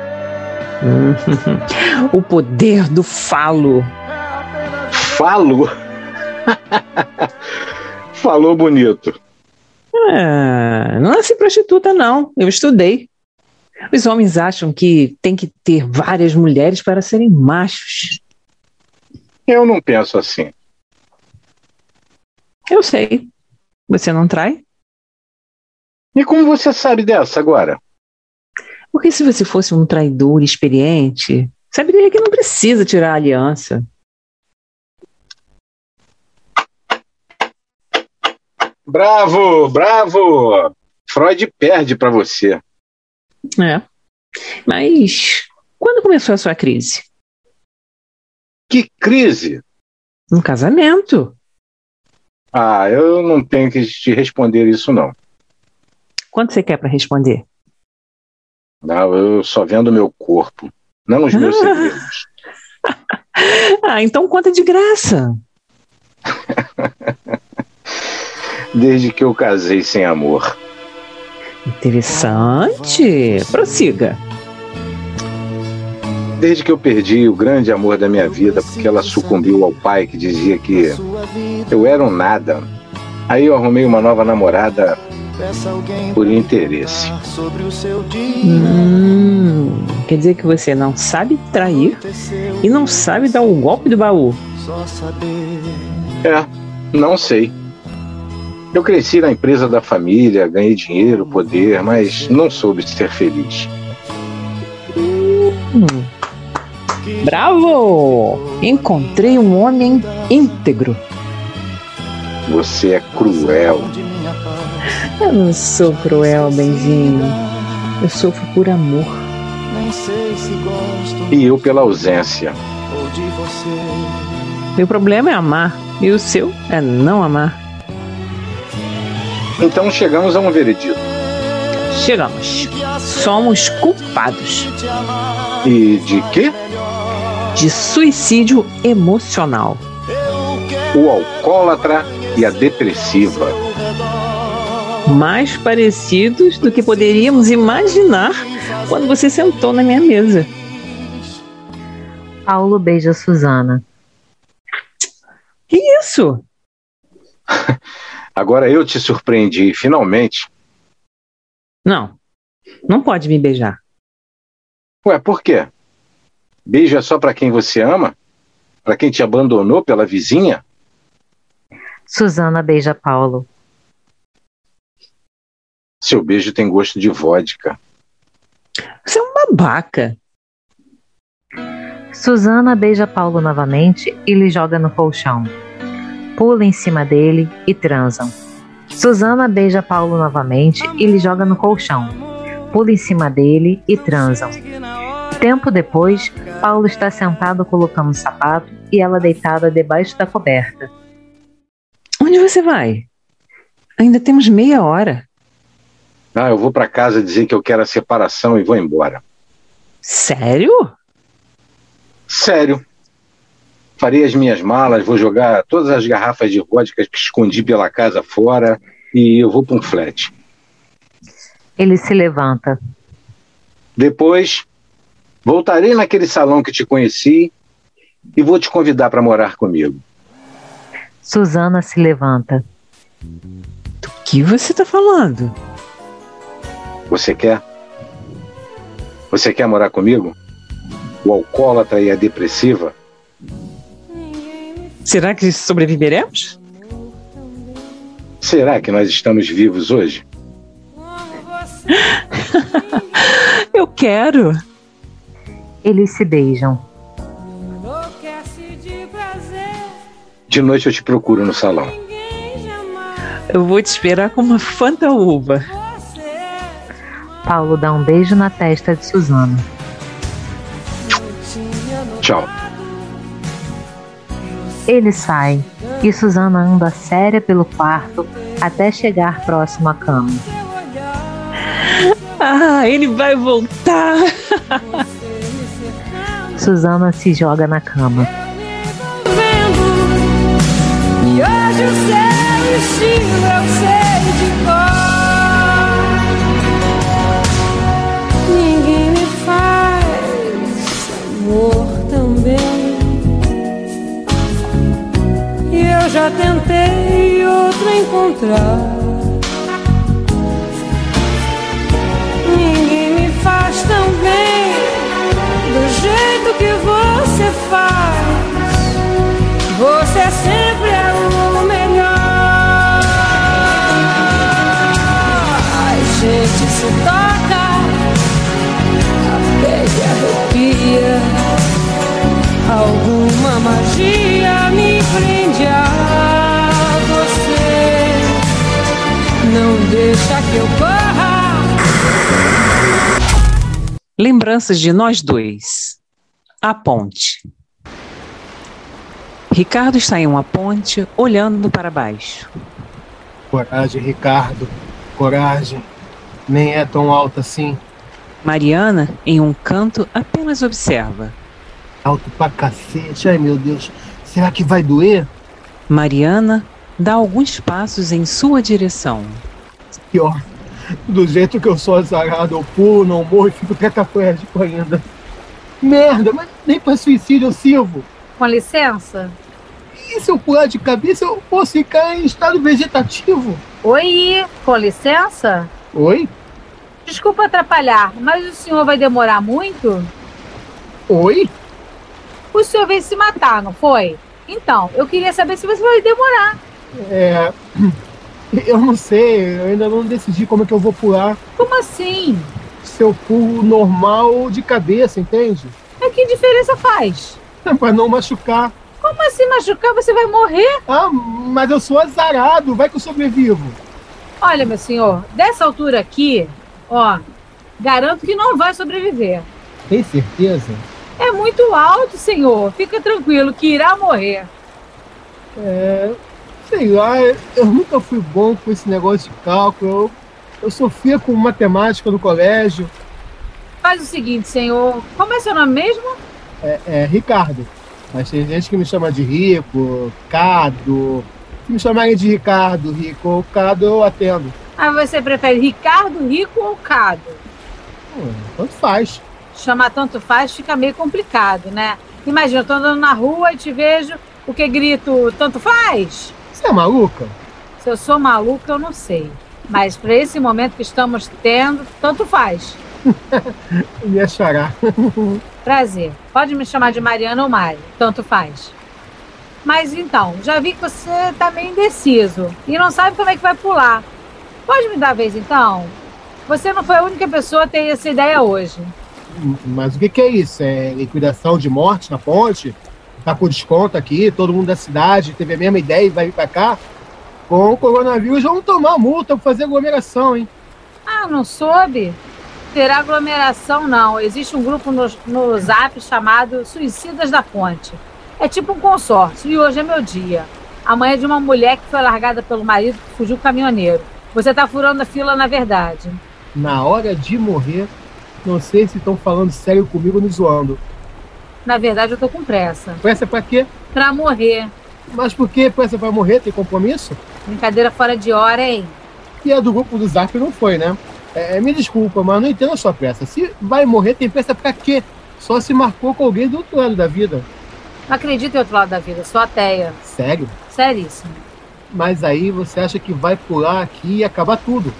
o poder do falo.
Falo? Falou bonito.
Ah, não nasci prostituta, não. Eu estudei. Os homens acham que tem que ter várias mulheres para serem machos.
Eu não penso assim.
Eu sei. Você não trai?
E como você sabe dessa agora?
Porque se você fosse um traidor experiente, saberia que não precisa tirar a aliança.
Bravo, bravo! Freud perde para você.
É. Mas quando começou a sua crise?
Que crise?
Um casamento.
Ah, eu não tenho que te responder isso não.
Quanto você quer para responder?
Não, eu só vendo meu corpo. não os meus segredos.
Ah, então conta de graça.
Desde que eu casei sem amor.
Interessante. Prossiga.
Desde que eu perdi o grande amor da minha vida, porque ela sucumbiu ao pai que dizia que eu era um nada. Aí eu arrumei uma nova namorada por interesse.
Hum, quer dizer que você não sabe trair e não sabe dar o golpe do baú.
É, não sei. Eu cresci na empresa da família, ganhei dinheiro, poder, mas não soube ser feliz.
Hum. Bravo! Encontrei um homem íntegro.
Você é cruel.
Eu não sou cruel, Benzinho. Eu sofro por amor.
E eu pela ausência.
Meu problema é amar e o seu é não amar.
Então chegamos a um veredito.
Chegamos. Somos culpados
E de que?
de suicídio emocional.
O alcoólatra e a depressiva.
Mais parecidos do que poderíamos imaginar quando você sentou na minha mesa.
Paulo beija Suzana.
Que isso?
Agora eu te surpreendi, finalmente.
Não. Não pode me beijar.
Ué, por quê? Beijo é só pra quem você ama? Pra quem te abandonou pela vizinha?
Suzana beija Paulo.
Seu beijo tem gosto de vodka.
Você é um babaca.
Suzana beija Paulo novamente e lhe joga no colchão. Pula em cima dele e transam. Suzana beija Paulo novamente e lhe joga no colchão. Pula em cima dele e transam. Tempo depois, Paulo está sentado colocando um sapato e ela deitada debaixo da coberta.
Onde você vai? Ainda temos meia hora.
Ah, eu vou pra casa dizer que eu quero a separação e vou embora.
Sério?
Sério. Farei as minhas malas, vou jogar todas as garrafas de vodka que escondi pela casa fora e eu vou pra um flat.
Ele se levanta.
Depois, voltarei naquele salão que te conheci e vou te convidar pra morar comigo.
Suzana se levanta.
O que você tá falando?
Você quer? Você quer morar comigo? O alcoólatra e a depressiva?
Será que sobreviveremos?
Será que nós estamos vivos hoje?
Eu quero.
Eles se beijam.
De noite eu te procuro no salão.
Eu vou te esperar com uma fanta uva.
Paulo dá um beijo na testa de Suzana.
Tchau.
Eles saem e Suzana anda séria pelo quarto até chegar próximo à cama.
Ah, ele vai voltar.
Suzana se joga na cama.
E hoje o seu estilo eu sei de cor. Ninguém me faz amor também. E eu já tentei outro encontrar. Ninguém me faz tão bem do jeito que você faz. Você sempre é o melhor. A gente se toca, a pele arrepia. Alguma magia me prende a você. Não deixa que eu corra.
Lembranças de nós dois. A ponte. Ricardo está em uma ponte, olhando para baixo.
Coragem, Ricardo. Coragem. Nem é tão alta assim.
Mariana, em um canto, apenas observa.
Alto pra cacete, ai meu Deus, será que vai doer?
Mariana dá alguns passos em sua direção.
Pior, do jeito que eu sou azarado, eu pulo, não morro e fico tetraplégico ainda. Merda, mas nem pra suicídio eu sirvo.
Com licença?
E se eu pular de cabeça, eu posso ficar em estado vegetativo?
Oi, com licença?
Oi?
Desculpa atrapalhar, mas o senhor vai demorar muito?
Oi?
O senhor veio se matar, não foi? Então, eu queria saber se você vai demorar.
É. Eu não sei, eu ainda não decidi como é que eu vou pular.
Como assim?
Se eu pulo normal de cabeça, entende?
Mas É que diferença faz?
É pra não machucar.
Como assim machucar? Você vai morrer?
Ah, mas eu sou azarado, vai que eu sobrevivo.
Olha, meu senhor, dessa altura aqui, ó, garanto que não vai sobreviver.
Tem certeza?
É muito alto, senhor. Fica tranquilo que irá morrer.
É, sei lá, eu nunca fui bom com esse negócio de cálculo. Eu, eu sofria com matemática no colégio.
Faz o seguinte, senhor. Como é seu nome mesmo?
É, é Ricardo. Mas tem gente que me chama de Rico, Cado. Se me chamarem de Ricardo, Rico ou Cado, eu atendo.
Ah, você prefere Ricardo, Rico ou Cado?
Hum, tanto faz.
Chamar tanto faz fica meio complicado, né? Imagina, eu tô andando na rua e te vejo, o que grito, tanto faz?
Você é maluca?
Se eu sou maluca, eu não sei. Mas para esse momento que estamos tendo, tanto faz.
Me achará.
Prazer. Pode me chamar de Mariana ou Mari, tanto faz. Mas então, já vi que você tá meio indeciso e não sabe como é que vai pular. Pode me dar a vez então? Você não foi a única pessoa a ter essa ideia hoje.
Mas o que, que é isso? É liquidação de morte na ponte? tá com desconto aqui, todo mundo da cidade teve a mesma ideia e vai vir para cá, com o coronavírus vão tomar multa para fazer aglomeração, hein?
Ah, não soube? Terá aglomeração não. Existe um grupo no, no Zap chamado Suicidas da Ponte. É tipo um consórcio e hoje é meu dia. Amanhã é de uma mulher que foi largada pelo marido que fugiu caminhoneiro. Você tá furando a fila na verdade.
Na hora de morrer, não sei se estão falando sério comigo ou me zoando.
Na verdade, eu tô com pressa.
Pressa é pra quê?
Pra morrer.
Mas por que pressa é pra morrer? Tem compromisso?
Brincadeira fora de hora, hein?
E a é do grupo do Zap não foi, né? É, me desculpa, mas não entendo a sua pressa. Se vai morrer, tem pressa pra quê? Só se marcou com alguém do outro lado da vida.
Não acredito em outro lado da vida, sou ateia.
Sério?
Seríssimo.
Mas aí você acha que vai pular aqui e acabar tudo?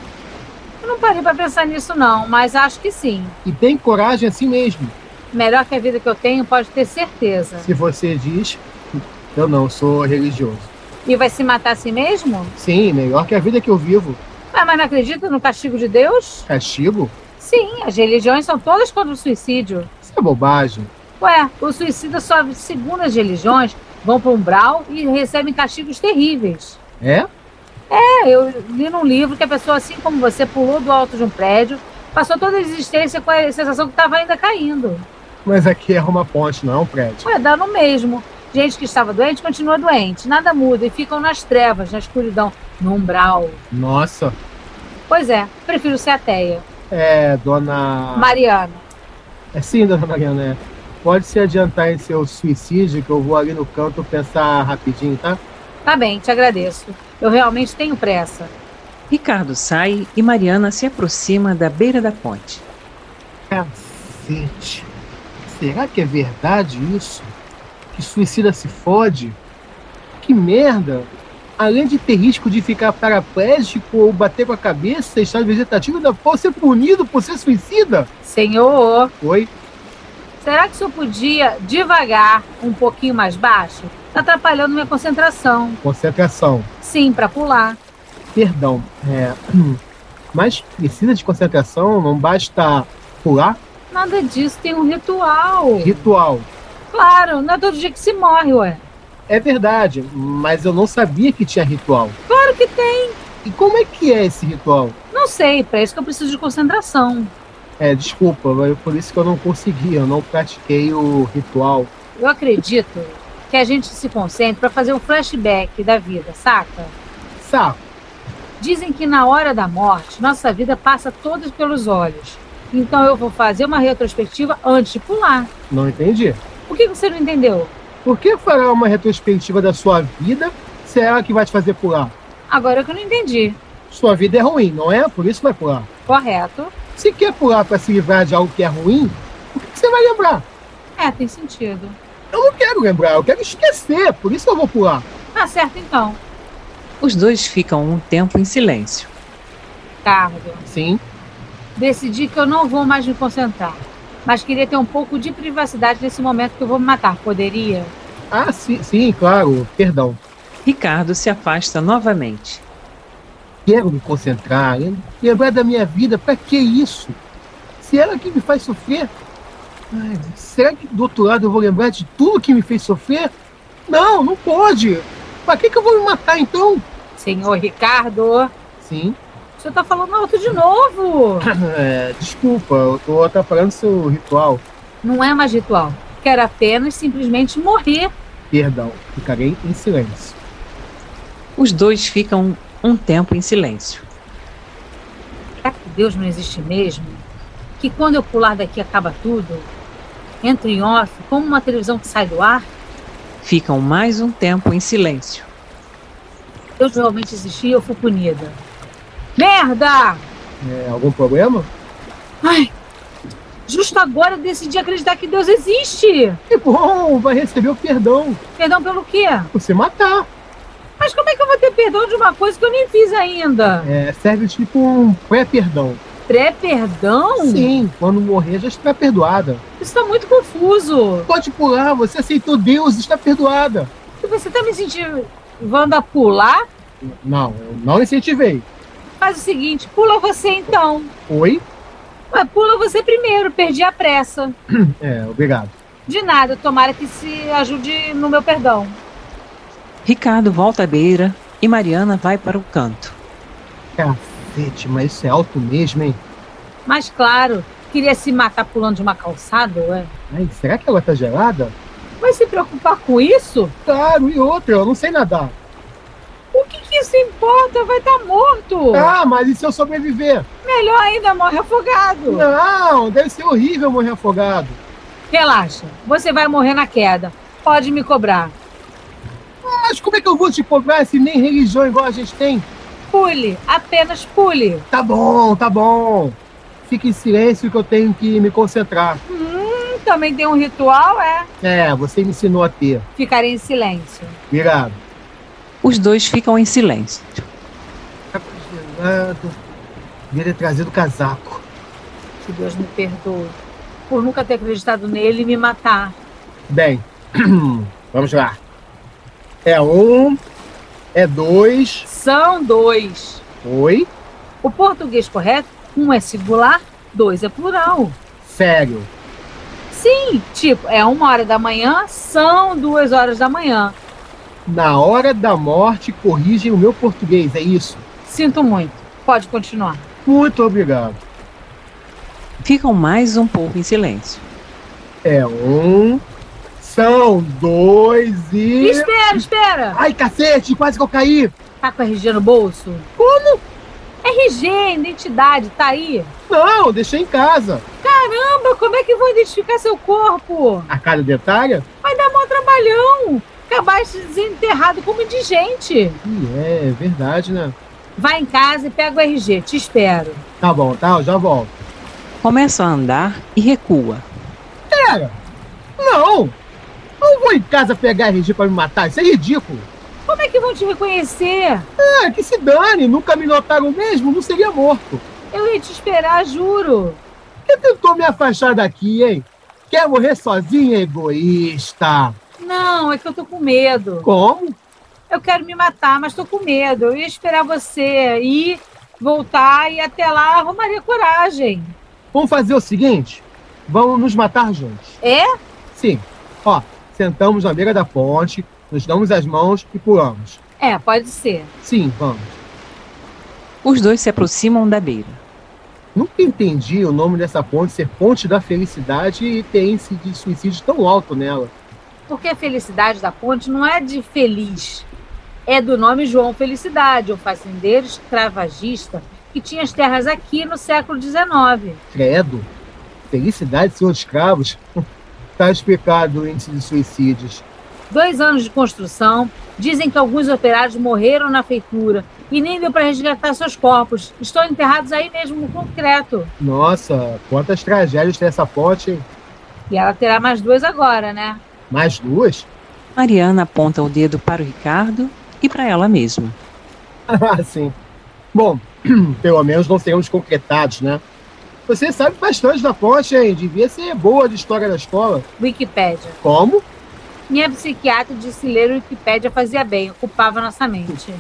Eu não parei pra pensar nisso, não, mas acho que sim.
E tem coragem assim mesmo?
melhor que a vida que eu tenho, pode ter certeza.
Se você diz, eu não sou religioso.
E vai se matar a si mesmo?
Sim, melhor que a vida que eu vivo.
Ah, mas não acredita no castigo de Deus?
Castigo?
Sim, as religiões são todas contra o suicídio.
Isso é bobagem.
Ué, os suicidas só segundo as religiões vão para um umbral e recebem castigos terríveis.
É?
É, eu li num livro que a pessoa, assim como você, pulou do alto de um prédio, passou toda a existência com a sensação que estava ainda caindo.
Mas aqui é uma ponte, não é um prédio.
Ué, dá no mesmo. Gente que estava doente continua doente, nada muda e ficam nas trevas, na escuridão, no umbral.
Nossa.
Pois é, prefiro ser ateia.
É, dona.
Mariana.
É sim, dona Mariana. É. Pode se adiantar em seu suicídio que eu vou ali no canto pensar rapidinho, tá?
Tá bem, te agradeço. Eu realmente tenho pressa.
Ricardo sai e Mariana se aproxima da beira da ponte.
Cacete. Será que é verdade isso? Que suicida se fode? Que merda! Além de ter risco de ficar paraplégico ou bater com a cabeça, estar vegetativo, ainda pode ser punido por ser suicida?
Senhor!
Oi?
Será que o senhor podia devagar, um pouquinho mais baixo? Tá atrapalhando minha concentração.
Concentração?
Sim, para pular.
Perdão. É... Mas precisa de concentração? Não basta pular?
Nada disso, tem um ritual.
Ritual?
Claro, não é todo dia que se morre, ué.
É verdade, mas eu não sabia que tinha ritual.
Claro que tem.
E como é que é esse ritual?
Não sei, para isso que eu preciso de concentração.
É, desculpa, por isso que eu não consegui, eu não pratiquei o ritual.
Eu acredito que a gente se concentre para fazer um flashback da vida, saca?
Saco.
Dizem que na hora da morte, nossa vida passa todas pelos olhos. Então eu vou fazer uma retrospectiva antes de pular.
Não entendi.
Por que você não entendeu?
Por que fará uma retrospectiva da sua vida se é ela que vai te fazer pular?
Agora que eu não entendi.
Sua vida é ruim, não é? Por isso vai pular.
Correto.
Se quer pular para se livrar de algo que é ruim, o que que você vai lembrar?
É, tem sentido.
Eu não quero lembrar, eu quero esquecer, por isso eu vou pular.
Tá certo então.
Os dois ficam um tempo em silêncio.
Ricardo,
Sim.
decidi que eu não vou mais me concentrar. Mas queria ter um pouco de privacidade nesse momento que eu vou me matar. Poderia?
Ah, sim, sim claro, perdão.
Ricardo se afasta novamente.
Quero me concentrar, lembrar é da minha vida, para que isso? Se ela que me faz sofrer, ai, será que do outro lado eu vou lembrar de tudo que me fez sofrer? Não, não pode. Para que, que eu vou me matar então?
Senhor Ricardo,
Sim.
o senhor tá falando alto de novo.
É, desculpa, eu tô atrapalhando seu ritual.
Não é mais ritual. Quero apenas simplesmente morrer.
Perdão, ficarei em silêncio.
Os dois ficam um tempo em silêncio.
Será que Deus não existe mesmo? Que quando eu pular daqui acaba tudo? Entro em off, como uma televisão que sai do ar?
Ficam mais um tempo em silêncio.
Deus realmente existia e eu fui punida. Merda!
É, algum problema?
Ai, justo agora eu decidi acreditar que Deus existe.
Que bom, vai receber o perdão.
Perdão pelo quê?
Por se matar.
Mas como é que eu vou ter perdão de uma coisa que eu nem fiz ainda?
É, serve tipo um pré-perdão.
Pré-perdão?
Sim, quando morrer já está perdoada.
Isso tá muito confuso.
Pode pular, você aceitou Deus, está perdoada.
Você tá me incentivando a pular?
Não, eu não incentivei.
Faz o seguinte, pula você então.
Oi?
Ué, pula você primeiro, perdi a pressa.
É, obrigado.
De nada, tomara que se ajude no meu perdão.
Ricardo volta à beira e Mariana vai para o canto.
Cacete, mas isso é alto mesmo, hein?
Mas claro, queria se matar pulando de uma calçada, ué.
Ai, será que ela tá gelada?
Vai se preocupar Tá com isso?
Claro, Tá, e outra, eu não sei nadar.
O que, que isso importa? Vai estar morto.
Ah, mas e se eu sobreviver?
Melhor ainda, morre afogado.
Não, deve ser horrível morrer afogado.
Relaxa, você vai morrer na queda. Pode me cobrar.
Mas como é que eu vou te cobrar se nem religião igual a gente tem?
Pule, apenas pule.
Tá bom, tá bom. Fique em silêncio que eu tenho que me concentrar.
Hum, também tem um ritual, é?
É, você me ensinou a ter.
Ficarei em silêncio.
Obrigado.
Os dois ficam em silêncio.
Tá gelado. Devia ter trazido o casaco.
Que Deus me perdoe por nunca ter acreditado nele e me matar.
Bem, vamos lá. É um, é dois.
São dois.
Oi?
O português correto, um é singular, dois é plural.
Sério.
Sim, tipo, é uma hora da manhã, são duas horas da manhã.
Na hora da morte, corrigem o meu português, é isso?
Sinto muito. Pode continuar.
Muito obrigado.
Ficam mais um pouco em silêncio.
É um, são dois e.
Espera, espera!
Ai, cacete, quase que eu caí!
Tá com RG no bolso?
Como?
RG, identidade, tá aí?
Não, eu deixei em casa.
Caramba, como é que vou identificar seu corpo?
A cada detalhe?
Vai dar mó trabalhão! Acabaste desenterrado como indigente.
Ih, é, é verdade, né?
Vai em casa e pega o RG, te espero.
Tá bom, tá, eu já volto.
Começam a andar e recua.
Pera! Não! Não vou em casa pegar RG pra me matar, isso é ridículo.
Como é que vão te reconhecer?
Ah, que se dane, nunca me notaram mesmo, não seria morto.
Eu ia te esperar, juro.
Quem tentou me afastar daqui, hein? Quer morrer sozinho, egoísta?
Não, é que eu tô com medo.
Como?
Eu quero me matar, mas tô com medo. Eu ia esperar você ir, voltar e até lá arrumaria coragem.
Vamos fazer o seguinte: vamos nos matar juntos.
É?
Sim. Ó, sentamos na beira da ponte, nos damos as mãos e pulamos.
É, pode ser.
Sim, vamos.
Os dois se aproximam da beira.
Nunca entendi o nome dessa ponte ser Ponte da Felicidade e ter índice de suicídio tão alto nela.
Porque a felicidade da ponte não é de feliz. É do nome João Felicidade, um fazendeiro escravagista que tinha as terras aqui no século XIX.
Credo. Felicidade, senhor de escravos. Está explicado o índice de suicídios.
Dois anos de construção, dizem que alguns operários morreram na feitura e nem deu para resgatar seus corpos. Estão enterrados aí mesmo no concreto.
Nossa, quantas tragédias tem essa ponte, hein?
E ela terá mais duas agora, né?
Mais duas?
Mariana aponta o dedo para o Ricardo e para ela mesma.
Ah, sim. Bom, pelo menos não seremos concretados, né? Você sabe bastante da ponte, hein? Devia ser boa de história da escola.
Wikipédia.
Como?
Minha psiquiatra disse ler Wikipédia fazia bem, ocupava nossa mente.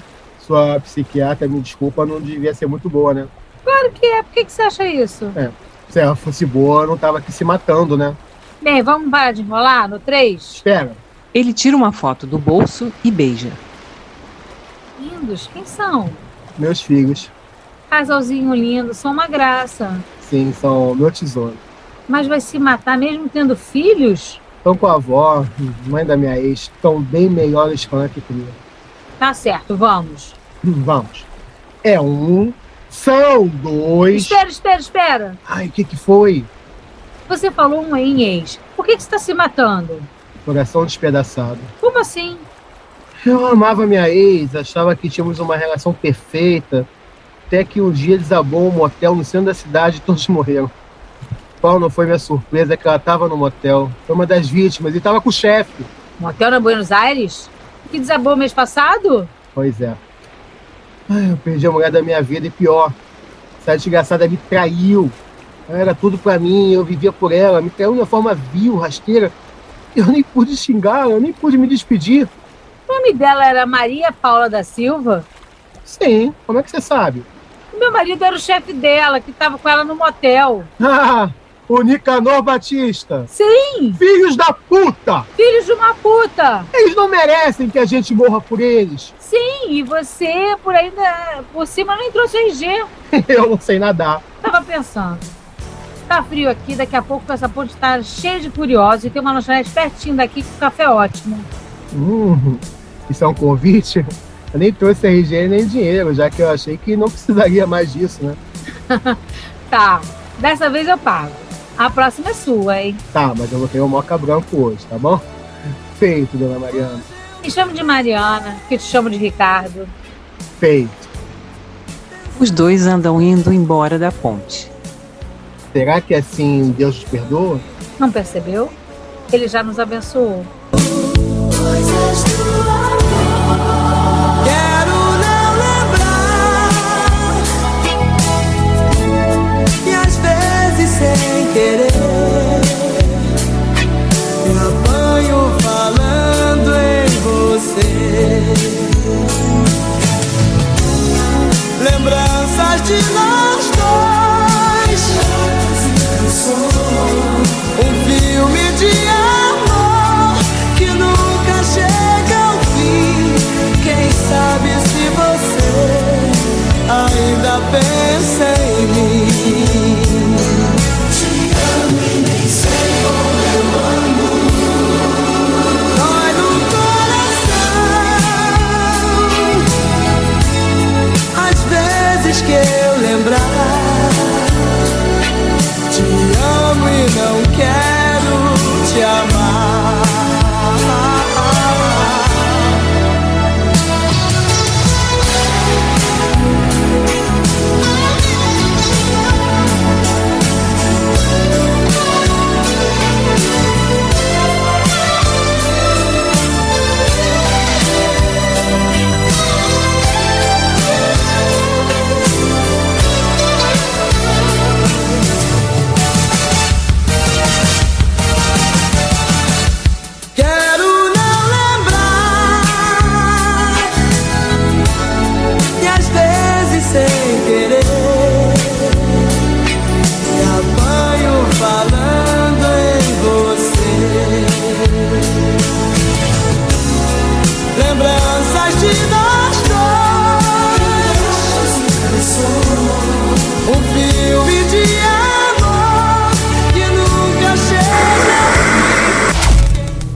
Sua psiquiatra, me desculpa, não devia ser muito boa, né?
Claro que é, por que, que você acha isso?
É, se ela fosse boa, não tava aqui se matando, né?
Bem, vamos parar de enrolar no 3?
Espera.
Ele tira uma foto do bolso e beija.
Lindos, quem são?
Meus filhos,
Casalzinho lindo, são uma graça.
sim, são meu tesouro.
Mas vai se matar mesmo tendo filhos?
Estão Então, com a avó, mãe da minha ex, estão bem melhores fã que comigo.
Tá certo, vamos.
Hum, Vamos. É um, são dois.
Espera, espera, espera.
Ai, o que, que foi?
Você falou um em ex. Por que, que você está se matando?
Coração despedaçado.
Como assim?
Eu amava minha ex, achava que tínhamos uma relação perfeita, até que um dia desabou um motel no centro da cidade e todos morreram. Qual não foi minha surpresa é que ela estava no motel, foi uma das vítimas e estava com o chefe.
Um hotel na Buenos Aires? Que desabou mês passado?
Pois é. Ai, eu perdi a mulher da minha vida e pior, essa desgraçada me traiu. Ela era tudo pra mim, eu vivia por ela, me traiu de uma forma vil, rasteira. Eu nem pude xingar, eu nem pude me despedir.
O nome dela era Maria Paula da Silva?
Sim, como é que você sabe?
O Meu marido era o chefe dela, que estava com ela no motel.
Ah, o Nicanor Batista!
Sim!
Filhos da puta!
Filhos de uma puta!
Eles não merecem que a gente morra por eles!
Sim, e você por ainda por cima não entrou seu RG.
Eu não sei nadar.
Tava pensando. Tá frio aqui, daqui a pouco essa ponte tá cheia de curiosos e tem uma lanchonete pertinho daqui com café é ótimo.
Hum, isso é um convite? Eu nem trouxe RG nem dinheiro, já que eu achei que não precisaria mais disso, né?
Tá, dessa vez eu pago. A próxima é sua, hein?
Tá, mas eu vou ter o moca branco hoje, tá bom? Feito, dona Mariana.
Me chamo de Mariana, que te chamo de Ricardo.
Feito.
Os dois andam indo embora da ponte.
Será que assim Deus te perdoa?
Não percebeu? Ele já nos abençoou.
Quero não lembrar E às vezes sem querer Me apanho falando em você Lembranças de nós dois Um filme de amor que nunca chega ao fim. Quem sabe se você ainda pensa em mim? Te amo e nem sei como eu amo. Dói no coração. Às vezes que eu lembrar. Um